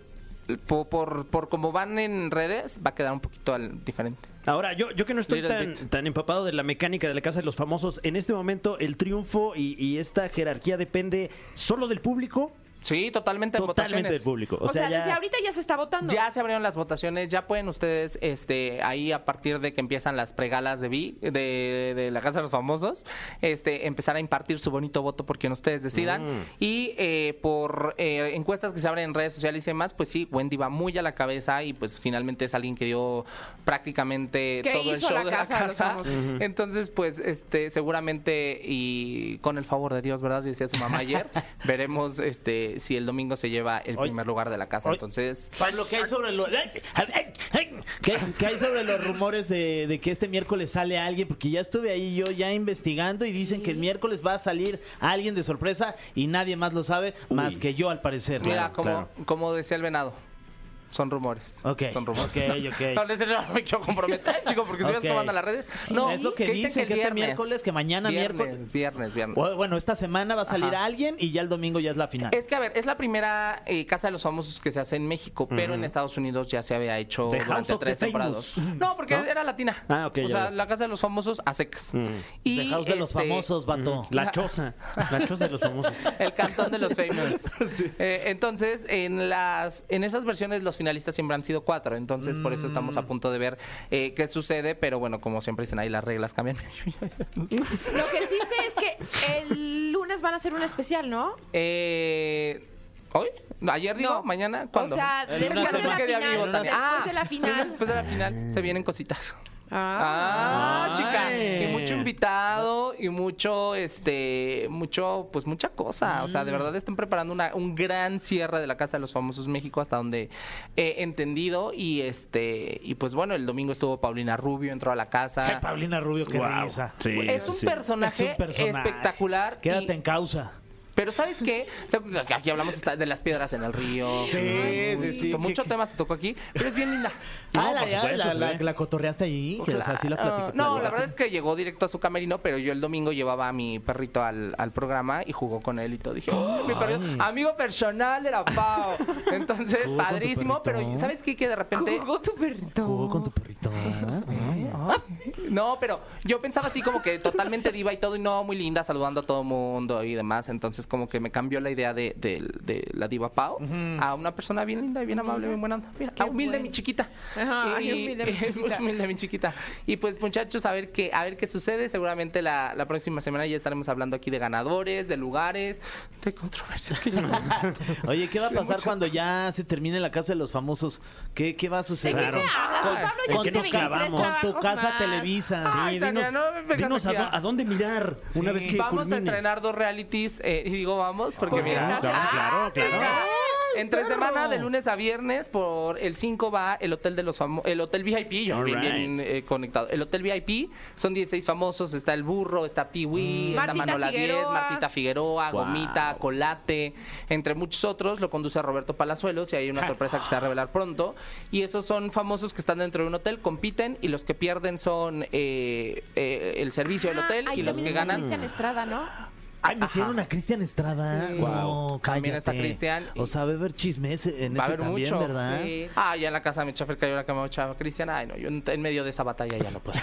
[SPEAKER 6] por, por, por como van en redes, va a quedar un poquito al- diferente.
[SPEAKER 4] Ahora, yo, yo que no estoy
[SPEAKER 6] Little
[SPEAKER 4] tan,
[SPEAKER 6] bit.
[SPEAKER 4] tan empapado de la mecánica de la Casa de los Famosos, en este momento el triunfo y, y esta jerarquía depende solo del público,
[SPEAKER 6] Sí, totalmente, en
[SPEAKER 4] totalmente del
[SPEAKER 6] votaciones.
[SPEAKER 4] público.
[SPEAKER 2] O, sea,
[SPEAKER 4] ya-
[SPEAKER 2] desde ahorita ya se está votando.
[SPEAKER 6] Ya se abrieron las votaciones, ya pueden ustedes, este, ahí a partir de que empiezan las pregalas de Vi, de, de la Casa de los Famosos, este, empezar a impartir su bonito voto por quien ustedes decidan. Y eh, por eh, encuestas que se abren en redes sociales y demás, pues sí, Wendy va muy a la cabeza y pues finalmente es alguien que dio prácticamente
[SPEAKER 2] ¿Qué
[SPEAKER 6] todo el
[SPEAKER 2] hizo
[SPEAKER 6] show
[SPEAKER 2] la
[SPEAKER 6] de
[SPEAKER 2] Casa de
[SPEAKER 6] la
[SPEAKER 2] los
[SPEAKER 6] casa.
[SPEAKER 2] Famosos?
[SPEAKER 6] Entonces, pues, este, seguramente, y con el favor de Dios, ¿verdad? Decía su mamá ayer, veremos este si el domingo se lleva el
[SPEAKER 3] Oye.
[SPEAKER 6] primer lugar de la casa.
[SPEAKER 3] Oye.
[SPEAKER 6] Entonces.
[SPEAKER 3] Pablo, ¿qué hay sobre los ¿Qué, qué hay sobre los rumores de, de que este miércoles sale alguien? Porque ya estuve ahí yo ya investigando y dicen que el miércoles va a salir alguien de sorpresa y nadie más lo sabe más que yo al parecer.
[SPEAKER 6] Mira, como,
[SPEAKER 4] claro.
[SPEAKER 6] como decía el venado, son rumores.
[SPEAKER 3] Ok,
[SPEAKER 6] Son rumores.
[SPEAKER 3] ok, ok.
[SPEAKER 6] No, en serio, no me quiero comprometer, chico, porque si ves
[SPEAKER 3] Ok.
[SPEAKER 6] cómo andan las redes. no,
[SPEAKER 3] es lo que dicen,
[SPEAKER 6] el
[SPEAKER 3] que este
[SPEAKER 6] viernes.
[SPEAKER 3] miércoles, que mañana
[SPEAKER 6] Viernes,
[SPEAKER 3] miércoles.
[SPEAKER 6] Viernes, viernes.
[SPEAKER 3] O- Bueno, esta semana va a salir
[SPEAKER 6] Ajá.
[SPEAKER 3] alguien y ya el domingo ya es la final.
[SPEAKER 6] Es que, a ver, es la primera eh, Casa de los Famosos que se hace en México, pero en Estados Unidos ya se había hecho
[SPEAKER 4] The House
[SPEAKER 6] durante
[SPEAKER 4] of the
[SPEAKER 6] tres
[SPEAKER 4] Famous.
[SPEAKER 6] temporadas. No, porque era latina.
[SPEAKER 4] Ah, ok,
[SPEAKER 6] O
[SPEAKER 4] ya
[SPEAKER 6] sea,
[SPEAKER 4] veo.
[SPEAKER 6] la Casa de los Famosos a secas. Y,
[SPEAKER 3] The House Mm. de los
[SPEAKER 6] este,
[SPEAKER 3] famosos, vato.
[SPEAKER 4] La choza, la choza de los famosos.
[SPEAKER 6] El cantón de los famous. Eh, entonces, en las en esas versiones los finalistas siempre han sido cuatro. Entonces, por eso estamos a
[SPEAKER 3] Mm.
[SPEAKER 6] punto de ver eh, qué sucede. Pero bueno, como siempre dicen ahí, las reglas cambian.
[SPEAKER 2] Lo que sí sé es que el lunes van a hacer un especial, ¿no?
[SPEAKER 6] Eh, ¿Hoy? ¿Ayer digo?
[SPEAKER 2] No.
[SPEAKER 6] ¿Mañana? ¿Cuándo?
[SPEAKER 2] O sea,
[SPEAKER 3] El
[SPEAKER 2] después
[SPEAKER 3] lunes
[SPEAKER 2] de
[SPEAKER 3] hacemos-
[SPEAKER 2] la
[SPEAKER 6] ¿Qué día
[SPEAKER 2] final.
[SPEAKER 6] vivo, Tania?
[SPEAKER 2] después
[SPEAKER 6] Ah,
[SPEAKER 2] de la final.
[SPEAKER 6] Después de la final se vienen cositas.
[SPEAKER 2] Ah.
[SPEAKER 6] Ah,
[SPEAKER 3] Ay.
[SPEAKER 6] chica. Y mucho invitado y mucho, este, mucho, pues mucha cosa. O sea,
[SPEAKER 3] Mm.
[SPEAKER 6] de verdad están preparando una- un gran cierre de la Casa de los Famosos México hasta donde he entendido. Y este, y pues bueno, el domingo estuvo Paulina Rubio, entró a la
[SPEAKER 3] Ay,
[SPEAKER 6] casa.
[SPEAKER 3] Paulina Rubio, qué
[SPEAKER 4] Guau.
[SPEAKER 3] risa.
[SPEAKER 4] Sí,
[SPEAKER 6] Es un
[SPEAKER 4] sí.
[SPEAKER 6] personaje
[SPEAKER 3] Es un personaje.
[SPEAKER 6] espectacular. y-
[SPEAKER 3] Quédate en causa.
[SPEAKER 6] pero ¿sabes qué? O sea, Aquí hablamos hasta de las piedras en el río.
[SPEAKER 5] sí,
[SPEAKER 6] Mucho-
[SPEAKER 5] sí.
[SPEAKER 6] Mucho tema se tocó aquí, pero es bien linda. pues
[SPEAKER 3] ah, la,
[SPEAKER 4] por supuesto,
[SPEAKER 3] la-
[SPEAKER 4] sí.
[SPEAKER 3] la- la cotorreaste ahí. que, o sea, sí la
[SPEAKER 6] Oh, Claro.
[SPEAKER 3] platico-
[SPEAKER 6] No, la
[SPEAKER 3] platicaste.
[SPEAKER 6] verdad es que llegó directo a su camerino, pero yo el domingo llevaba a mi perrito al, al programa y jugó con él y todo. Dije, "Oh, mi perrito, amigo personal era Pau. Entonces,
[SPEAKER 3] Jugó con tu
[SPEAKER 6] padrísimo, pero
[SPEAKER 3] perrito.
[SPEAKER 6] ¿sabes qué? Que de repente...
[SPEAKER 2] Jugó tu perrito.
[SPEAKER 3] Jugó con tu perrito.
[SPEAKER 6] No, pero yo pensaba así como que totalmente diva y todo, y no, muy linda, saludando a todo mundo y demás. Entonces, como que me cambió la idea de, de- de la diva Pau a una persona bien linda, bien amable, bien buena onda. Mira,
[SPEAKER 2] Qué
[SPEAKER 6] humilde
[SPEAKER 2] bueno.
[SPEAKER 6] mi chiquita.
[SPEAKER 2] Ajá, ay, humilde mi
[SPEAKER 6] es
[SPEAKER 2] chiquita.
[SPEAKER 6] humilde mi chiquita. Y pues, muchachos, a ver qué, a ver qué sucede. Seguramente la, la próxima semana ya estaremos hablando aquí de ganadores, de lugares, de controversias. que yo-
[SPEAKER 3] Oye, ¿qué va a pasar cuando ya se termine la casa de los famosos? ¿Qué, qué va a
[SPEAKER 2] ¿De qué
[SPEAKER 3] suceder?
[SPEAKER 2] me hablas?
[SPEAKER 3] Con-
[SPEAKER 2] Pablo,
[SPEAKER 3] con
[SPEAKER 2] yo
[SPEAKER 3] qué
[SPEAKER 2] tengo 23
[SPEAKER 3] nos clavamos? Con tu
[SPEAKER 2] trabajos
[SPEAKER 3] casa
[SPEAKER 2] más.
[SPEAKER 3] Televisa.
[SPEAKER 6] Ay,
[SPEAKER 4] Sí,
[SPEAKER 6] Tania, no me vengas
[SPEAKER 4] dinos a,
[SPEAKER 6] aquí a-
[SPEAKER 4] dó- a dónde mirar una vez que
[SPEAKER 6] Vamos
[SPEAKER 4] culmine.
[SPEAKER 6] a estrenar dos realities, eh, y digo vamos, porque
[SPEAKER 4] Porque
[SPEAKER 6] mira.
[SPEAKER 4] estás- Claro, claro, claro.
[SPEAKER 6] Entre
[SPEAKER 3] perro!
[SPEAKER 6] semana, de lunes a viernes, por el 5 va el Hotel de los Famosos, el Hotel VIP, yo
[SPEAKER 4] All
[SPEAKER 6] bien, bien,
[SPEAKER 4] right.
[SPEAKER 6] eh, conectado. El Hotel VIP, son 16 famosos, está El Burro, está
[SPEAKER 4] Mm.
[SPEAKER 6] Piwi, está
[SPEAKER 2] Martita
[SPEAKER 6] Manola
[SPEAKER 2] Figueroa.
[SPEAKER 6] 10, Martita Figueroa,
[SPEAKER 3] Wow.
[SPEAKER 6] Gomita, Colate, entre muchos otros, lo conduce Roberto Palazuelos y hay
[SPEAKER 4] Ah.
[SPEAKER 6] una sorpresa que se va a revelar pronto. Y esos son famosos que están dentro de un hotel, compiten y los que pierden son eh, eh, el servicio del
[SPEAKER 2] Ah,
[SPEAKER 6] hotel
[SPEAKER 2] ahí
[SPEAKER 6] y los
[SPEAKER 2] también
[SPEAKER 6] que
[SPEAKER 2] está
[SPEAKER 6] ganan
[SPEAKER 2] Cristian Estrada, ¿no?
[SPEAKER 3] Ay, metieron a Cristian Estrada.
[SPEAKER 6] Sí.
[SPEAKER 3] No,
[SPEAKER 6] Wow. También
[SPEAKER 3] cállate.
[SPEAKER 6] está Cristian y-
[SPEAKER 3] O sea, va a haber chismes en ese
[SPEAKER 6] Va a haber
[SPEAKER 3] también,
[SPEAKER 6] mucho.
[SPEAKER 3] ¿verdad?
[SPEAKER 6] sí. Ah, ya en la casa me echa cerca y ahora que me echaba Cristian. Ay, no, yo en en medio de esa batalla ya no puedo.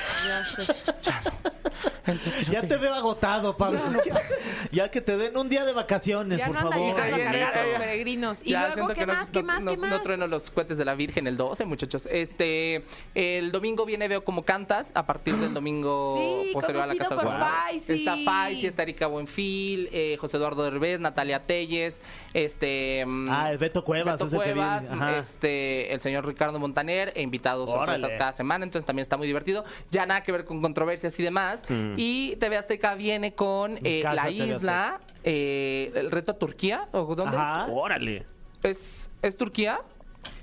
[SPEAKER 3] Ya te veo agotado, Pablo. Ya, que te den un día de vacaciones,
[SPEAKER 2] Ya
[SPEAKER 3] por
[SPEAKER 2] no anda
[SPEAKER 3] favor.
[SPEAKER 2] llegando a
[SPEAKER 6] Ay,
[SPEAKER 2] cargar a los
[SPEAKER 6] ay, ay.
[SPEAKER 2] peregrinos. Y
[SPEAKER 6] Ya
[SPEAKER 2] luego,
[SPEAKER 6] siento
[SPEAKER 2] ¿qué
[SPEAKER 6] que no-
[SPEAKER 2] más? ¿Qué
[SPEAKER 6] no-
[SPEAKER 2] más?
[SPEAKER 6] no-
[SPEAKER 2] ¿Qué
[SPEAKER 6] No
[SPEAKER 2] más?
[SPEAKER 6] trueno los cohetes de la Virgen el 12, muchachos. Este, el domingo viene Veo Como Cantas a partir del domingo
[SPEAKER 2] Sí,
[SPEAKER 6] posterior a la Casa
[SPEAKER 2] conducido
[SPEAKER 6] de los
[SPEAKER 2] por
[SPEAKER 6] Famosos.
[SPEAKER 2] Faisy.
[SPEAKER 6] Está Faisy, está Erika Buenfil, eh, José Eduardo Derbez, Natalia Telles, este... mm,
[SPEAKER 3] Ah, el Beto Cuevas,
[SPEAKER 6] Beto
[SPEAKER 3] ese que viene.
[SPEAKER 6] Cuevas,
[SPEAKER 3] Ajá.
[SPEAKER 6] este, el señor Ricardo Montaner e invitados
[SPEAKER 3] Órale.
[SPEAKER 6] sorpresas cada semana, entonces también está muy divertido. Ya nada que ver con controversias y demás. Y TV Azteca viene con
[SPEAKER 7] Mi
[SPEAKER 6] eh,
[SPEAKER 7] casa,
[SPEAKER 6] La
[SPEAKER 7] TV
[SPEAKER 6] Isla, eh, El Reto a Turquía, ¿o dónde
[SPEAKER 3] Ajá.
[SPEAKER 4] Órale.
[SPEAKER 6] es? es? ¿Es Turquía?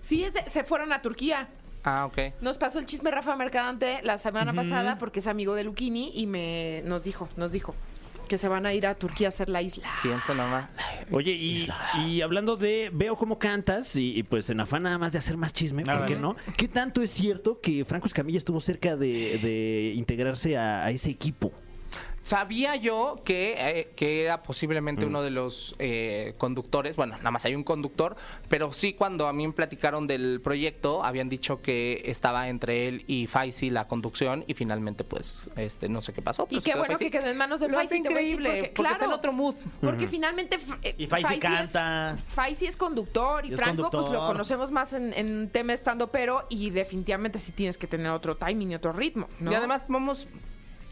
[SPEAKER 2] Sí, es de- se fueron a Turquía.
[SPEAKER 6] Ah, ok.
[SPEAKER 2] Nos pasó el chisme Rafa Mercadante la semana pasada porque es amigo de Luquini y me nos dijo, nos dijo que se van a ir a Turquía a hacer la isla.
[SPEAKER 6] Piensa nomás.
[SPEAKER 4] Oye, y, y hablando de veo cómo cantas y, y pues en afán nada más de hacer más chisme, ¿por qué no? ¿Qué tanto es cierto que Franco Escamilla estuvo cerca de, de integrarse a, a ese equipo?
[SPEAKER 6] Sabía yo que, eh, que era posiblemente uno de los eh, conductores, bueno, nada más hay un conductor, pero sí cuando a mí me platicaron del proyecto, habían dicho que estaba entre él y Faisy la conducción y finalmente pues este no sé qué pasó.
[SPEAKER 2] Y
[SPEAKER 6] pero se
[SPEAKER 2] qué
[SPEAKER 6] quedó
[SPEAKER 2] bueno
[SPEAKER 6] Faisy.
[SPEAKER 2] que quedó en manos de
[SPEAKER 6] Lo hace
[SPEAKER 2] Faisy. te voy a decir,
[SPEAKER 6] increíble, porque,
[SPEAKER 2] claro,
[SPEAKER 6] está en otro mood.
[SPEAKER 2] Porque finalmente. eh,
[SPEAKER 3] Y Faisy
[SPEAKER 2] es-
[SPEAKER 3] canta.
[SPEAKER 2] Faisy es conductor y,
[SPEAKER 3] Y es
[SPEAKER 2] Franco, pues lo
[SPEAKER 3] conductor.
[SPEAKER 2] conocemos más en, en tema estando pero y definitivamente sí tienes que tener otro timing y otro ritmo. ¿no?
[SPEAKER 6] Y además vamos...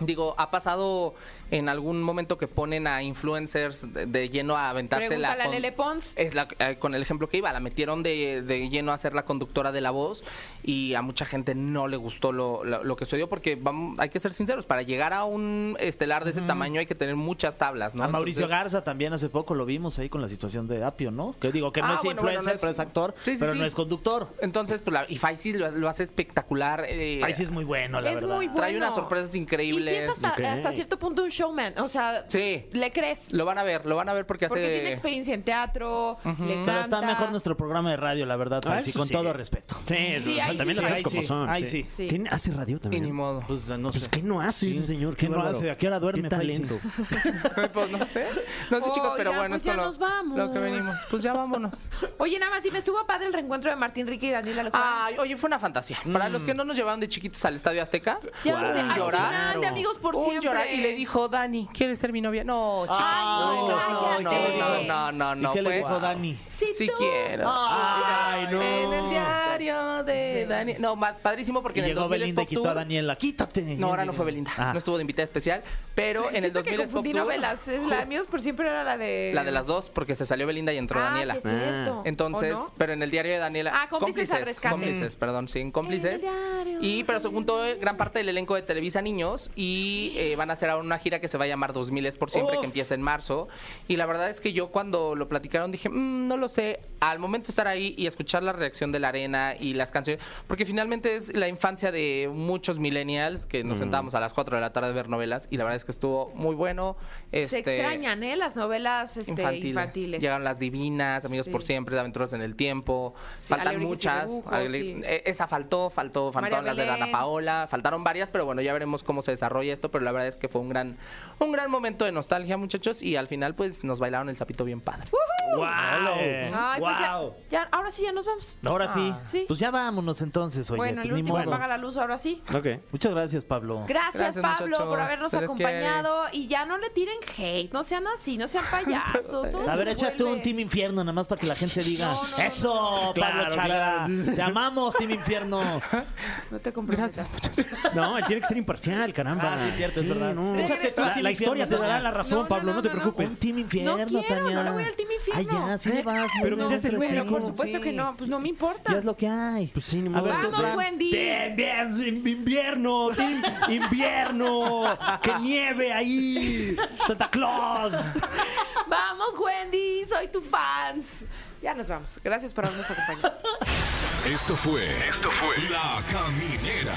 [SPEAKER 6] Digo, ha pasado en algún momento que ponen a influencers de, de lleno a aventarse la...
[SPEAKER 2] Pregúntale a Lele Pons.
[SPEAKER 6] Es la- eh, con el ejemplo que iba, la metieron de, de lleno a ser la conductora de la voz y a mucha gente no le gustó lo, lo- lo que sucedió porque vamos, hay que ser sinceros, para llegar a un estelar de ese tamaño hay que tener muchas tablas, ¿no?
[SPEAKER 3] A Ah, Mauricio
[SPEAKER 6] Entonces-
[SPEAKER 3] Garza también hace poco lo vimos ahí con la situación de Apio, ¿no? Que digo que no
[SPEAKER 6] Ah,
[SPEAKER 3] es
[SPEAKER 6] bueno, bueno,
[SPEAKER 3] influencer,
[SPEAKER 6] no es-
[SPEAKER 3] pero es actor,
[SPEAKER 6] Sí, sí,
[SPEAKER 3] pero
[SPEAKER 6] sí.
[SPEAKER 3] no es conductor.
[SPEAKER 6] Entonces, pues, la- y Faisy lo, lo hace espectacular. eh,
[SPEAKER 3] Ahí sí es muy bueno, la
[SPEAKER 2] es
[SPEAKER 3] verdad.
[SPEAKER 2] muy bueno.
[SPEAKER 6] Trae unas sorpresas increíbles.
[SPEAKER 2] Y sí es hasta,
[SPEAKER 4] Ok.
[SPEAKER 2] hasta cierto punto un showman. O sea,
[SPEAKER 6] Sí.
[SPEAKER 2] le crees.
[SPEAKER 6] Lo van a ver, lo van a ver porque,
[SPEAKER 2] porque
[SPEAKER 6] hace...
[SPEAKER 2] tiene experiencia en teatro, le canta.
[SPEAKER 3] Pero está mejor nuestro programa de radio, la verdad,
[SPEAKER 4] Ah,
[SPEAKER 3] Faisy,
[SPEAKER 4] eso
[SPEAKER 3] con
[SPEAKER 4] sí.
[SPEAKER 3] todo respeto.
[SPEAKER 4] Sí,
[SPEAKER 2] Sí, ahí sí,
[SPEAKER 4] también
[SPEAKER 2] sí.
[SPEAKER 4] las
[SPEAKER 2] Ahí
[SPEAKER 4] cosas como
[SPEAKER 3] sí,
[SPEAKER 4] son.
[SPEAKER 3] ahí sí.
[SPEAKER 2] Sí.
[SPEAKER 4] ¿Tiene- ¿Hace radio
[SPEAKER 6] Y
[SPEAKER 4] también?
[SPEAKER 6] ni modo.
[SPEAKER 3] Pues no
[SPEAKER 4] Pues,
[SPEAKER 3] sé.
[SPEAKER 4] ¿qué no hace ese señor?
[SPEAKER 3] ¿Qué, no
[SPEAKER 4] bárbaro.
[SPEAKER 3] hace? ¿A qué hora duerme
[SPEAKER 4] Qué
[SPEAKER 3] Faisy?
[SPEAKER 4] talento.
[SPEAKER 6] pues no sé. No sé, chicos, pero
[SPEAKER 2] Oigan,
[SPEAKER 6] bueno,
[SPEAKER 2] pues
[SPEAKER 6] esto
[SPEAKER 2] ya
[SPEAKER 6] lo,
[SPEAKER 2] nos vamos.
[SPEAKER 6] lo que venimos. Pues ya vámonos.
[SPEAKER 2] Oye, nada más, dime, estuvo padre el reencuentro de Martín Ricky y Daniela Luján.
[SPEAKER 6] Ay, oye, fue una fantasía. Para
[SPEAKER 3] Mm.
[SPEAKER 6] los que no nos llevaron de chiquitos al Estadio Azteca,
[SPEAKER 2] ya
[SPEAKER 4] Wow.
[SPEAKER 2] sé, al
[SPEAKER 6] Llorar.
[SPEAKER 2] final de Amigos por
[SPEAKER 6] un
[SPEAKER 2] Siempre.
[SPEAKER 6] llorar y le dijo, Dani, ¿quieres ser mi novia? No, chico.
[SPEAKER 2] Ay, no,
[SPEAKER 6] no, no,
[SPEAKER 2] cállate.
[SPEAKER 6] no, no, no,
[SPEAKER 3] ¿Y qué le
[SPEAKER 6] fue-
[SPEAKER 3] dijo Dani?
[SPEAKER 2] Si
[SPEAKER 6] Sí
[SPEAKER 2] tú- Ah,
[SPEAKER 6] quiero. Ah,
[SPEAKER 3] Ay, no.
[SPEAKER 6] En el diario de
[SPEAKER 2] Sí.
[SPEAKER 6] Dani. No, ma- padrísimo porque
[SPEAKER 3] Y
[SPEAKER 6] en el
[SPEAKER 3] llegó
[SPEAKER 6] 2000
[SPEAKER 3] Belinda y
[SPEAKER 6] Pop
[SPEAKER 3] quitó a
[SPEAKER 6] Tour-
[SPEAKER 3] Daniela. Quítate.
[SPEAKER 6] No, ahora no fue Belinda.
[SPEAKER 3] Ah.
[SPEAKER 6] No estuvo de invitada especial, pero en el
[SPEAKER 2] Siento que
[SPEAKER 6] 2000 es Pop
[SPEAKER 2] confundí
[SPEAKER 6] Tour-
[SPEAKER 2] novelas. Es la de Amigos por Siempre era la de...
[SPEAKER 6] La de las dos, porque se salió Belinda y entró
[SPEAKER 2] Ah,
[SPEAKER 6] Daniela.
[SPEAKER 2] sí es cierto.
[SPEAKER 6] Entonces,
[SPEAKER 2] ¿O no?
[SPEAKER 6] pero en el diario de Daniela.
[SPEAKER 2] Ah, cómplices al rescate.
[SPEAKER 6] Cómplices, perdón, sí, en cómplices.
[SPEAKER 2] En el diario.
[SPEAKER 6] Y pero se juntó eh, gran parte del elenco de Televisa Niños y eh, van a hacer ahora una gira que se va a llamar 2000 es por siempre, que empieza en marzo. Y la verdad es que yo cuando lo platicaron dije, "Mm, no lo sé. Al momento de estar ahí y escuchar la reacción de la arena y las canciones, porque finalmente es la infancia de muchos millennials que nos sentábamos a las 4 de la tarde a ver novelas y la verdad es que estuvo muy bueno.
[SPEAKER 2] Se
[SPEAKER 6] Este,
[SPEAKER 2] extrañan, ¿eh? Las novelas este, infantiles.
[SPEAKER 6] Llegaron las divinas, Amigos
[SPEAKER 2] Sí.
[SPEAKER 6] por Siempre, de Aventuras en el Tiempo.
[SPEAKER 2] Sí,
[SPEAKER 6] Faltan
[SPEAKER 2] Alebrijes y
[SPEAKER 6] muchas.
[SPEAKER 2] Dibujos,
[SPEAKER 6] Ale-
[SPEAKER 2] sí.
[SPEAKER 6] eh, Esa faltó, faltó,
[SPEAKER 2] María
[SPEAKER 6] faltaron las de
[SPEAKER 2] Belén.
[SPEAKER 6] Dana Paola, faltaron varias, pero bueno, ya veremos cómo se desarrolla esto, pero la verdad es que fue un gran, un gran momento de nostalgia, muchachos, y al final pues nos bailaron el sapito bien padre.
[SPEAKER 3] ¡Wow!
[SPEAKER 2] Ay, pues ya-
[SPEAKER 3] ¡Wow!
[SPEAKER 2] ya, ahora sí, ya nos vamos.
[SPEAKER 3] Ahora sí.
[SPEAKER 6] Ah.
[SPEAKER 2] Sí.
[SPEAKER 3] Pues ya vámonos entonces, oye.
[SPEAKER 2] bueno, el
[SPEAKER 3] pues, ni
[SPEAKER 2] último
[SPEAKER 3] modo.
[SPEAKER 2] apaga la luz, ahora sí.
[SPEAKER 4] Ok.
[SPEAKER 3] Muchas gracias, Pablo.
[SPEAKER 2] Gracias,
[SPEAKER 6] Gracias,
[SPEAKER 2] Pablo, por
[SPEAKER 6] muchachos.
[SPEAKER 2] habernos
[SPEAKER 6] Se les
[SPEAKER 2] acompañado. Y ya no le tiren hate, no sean así, no sean payasos. todo
[SPEAKER 3] A
[SPEAKER 2] se
[SPEAKER 3] ver, échate
[SPEAKER 2] vuelve.
[SPEAKER 3] un Team Infierno, nada más para que la gente diga:
[SPEAKER 2] No, no, no,
[SPEAKER 3] ¡Eso, Pablo Chagra! ¡Te amamos, Team Infierno!
[SPEAKER 2] No te comprometas.
[SPEAKER 4] No, él tiene que ser imparcial, caramba.
[SPEAKER 3] Ah, sí, es cierto, es verdad.
[SPEAKER 4] no.
[SPEAKER 3] Échate tú,
[SPEAKER 4] la,
[SPEAKER 3] Tim
[SPEAKER 4] la historia te
[SPEAKER 3] Infierno.
[SPEAKER 4] dará la razón,
[SPEAKER 2] No, no,
[SPEAKER 4] Pablo,
[SPEAKER 2] no,
[SPEAKER 4] no, te
[SPEAKER 2] no, no.
[SPEAKER 4] preocupes.
[SPEAKER 3] Un Team Infierno,
[SPEAKER 2] quiero,
[SPEAKER 3] Tania.
[SPEAKER 2] no le voy al Team Infierno.
[SPEAKER 3] Ay, ya, sí le vas.
[SPEAKER 4] Pero
[SPEAKER 3] no,
[SPEAKER 4] ya se lo
[SPEAKER 2] Pero
[SPEAKER 4] Pero
[SPEAKER 2] por
[SPEAKER 4] no,
[SPEAKER 2] supuesto que no, pues no me importa.
[SPEAKER 3] Ya es lo que hay.
[SPEAKER 4] Pues sí, ni
[SPEAKER 3] A
[SPEAKER 4] modo.
[SPEAKER 3] ver, tu
[SPEAKER 2] Vamos,
[SPEAKER 3] plan.
[SPEAKER 2] Wendy.
[SPEAKER 4] Te- invier- invierno, team invierno, que nieve ahí, Santa Claus.
[SPEAKER 2] Vamos, Wendy, soy tu fans. Ya nos vamos. Gracias por habernos acompañado.
[SPEAKER 1] Esto fue. Esto fue. La Caminera.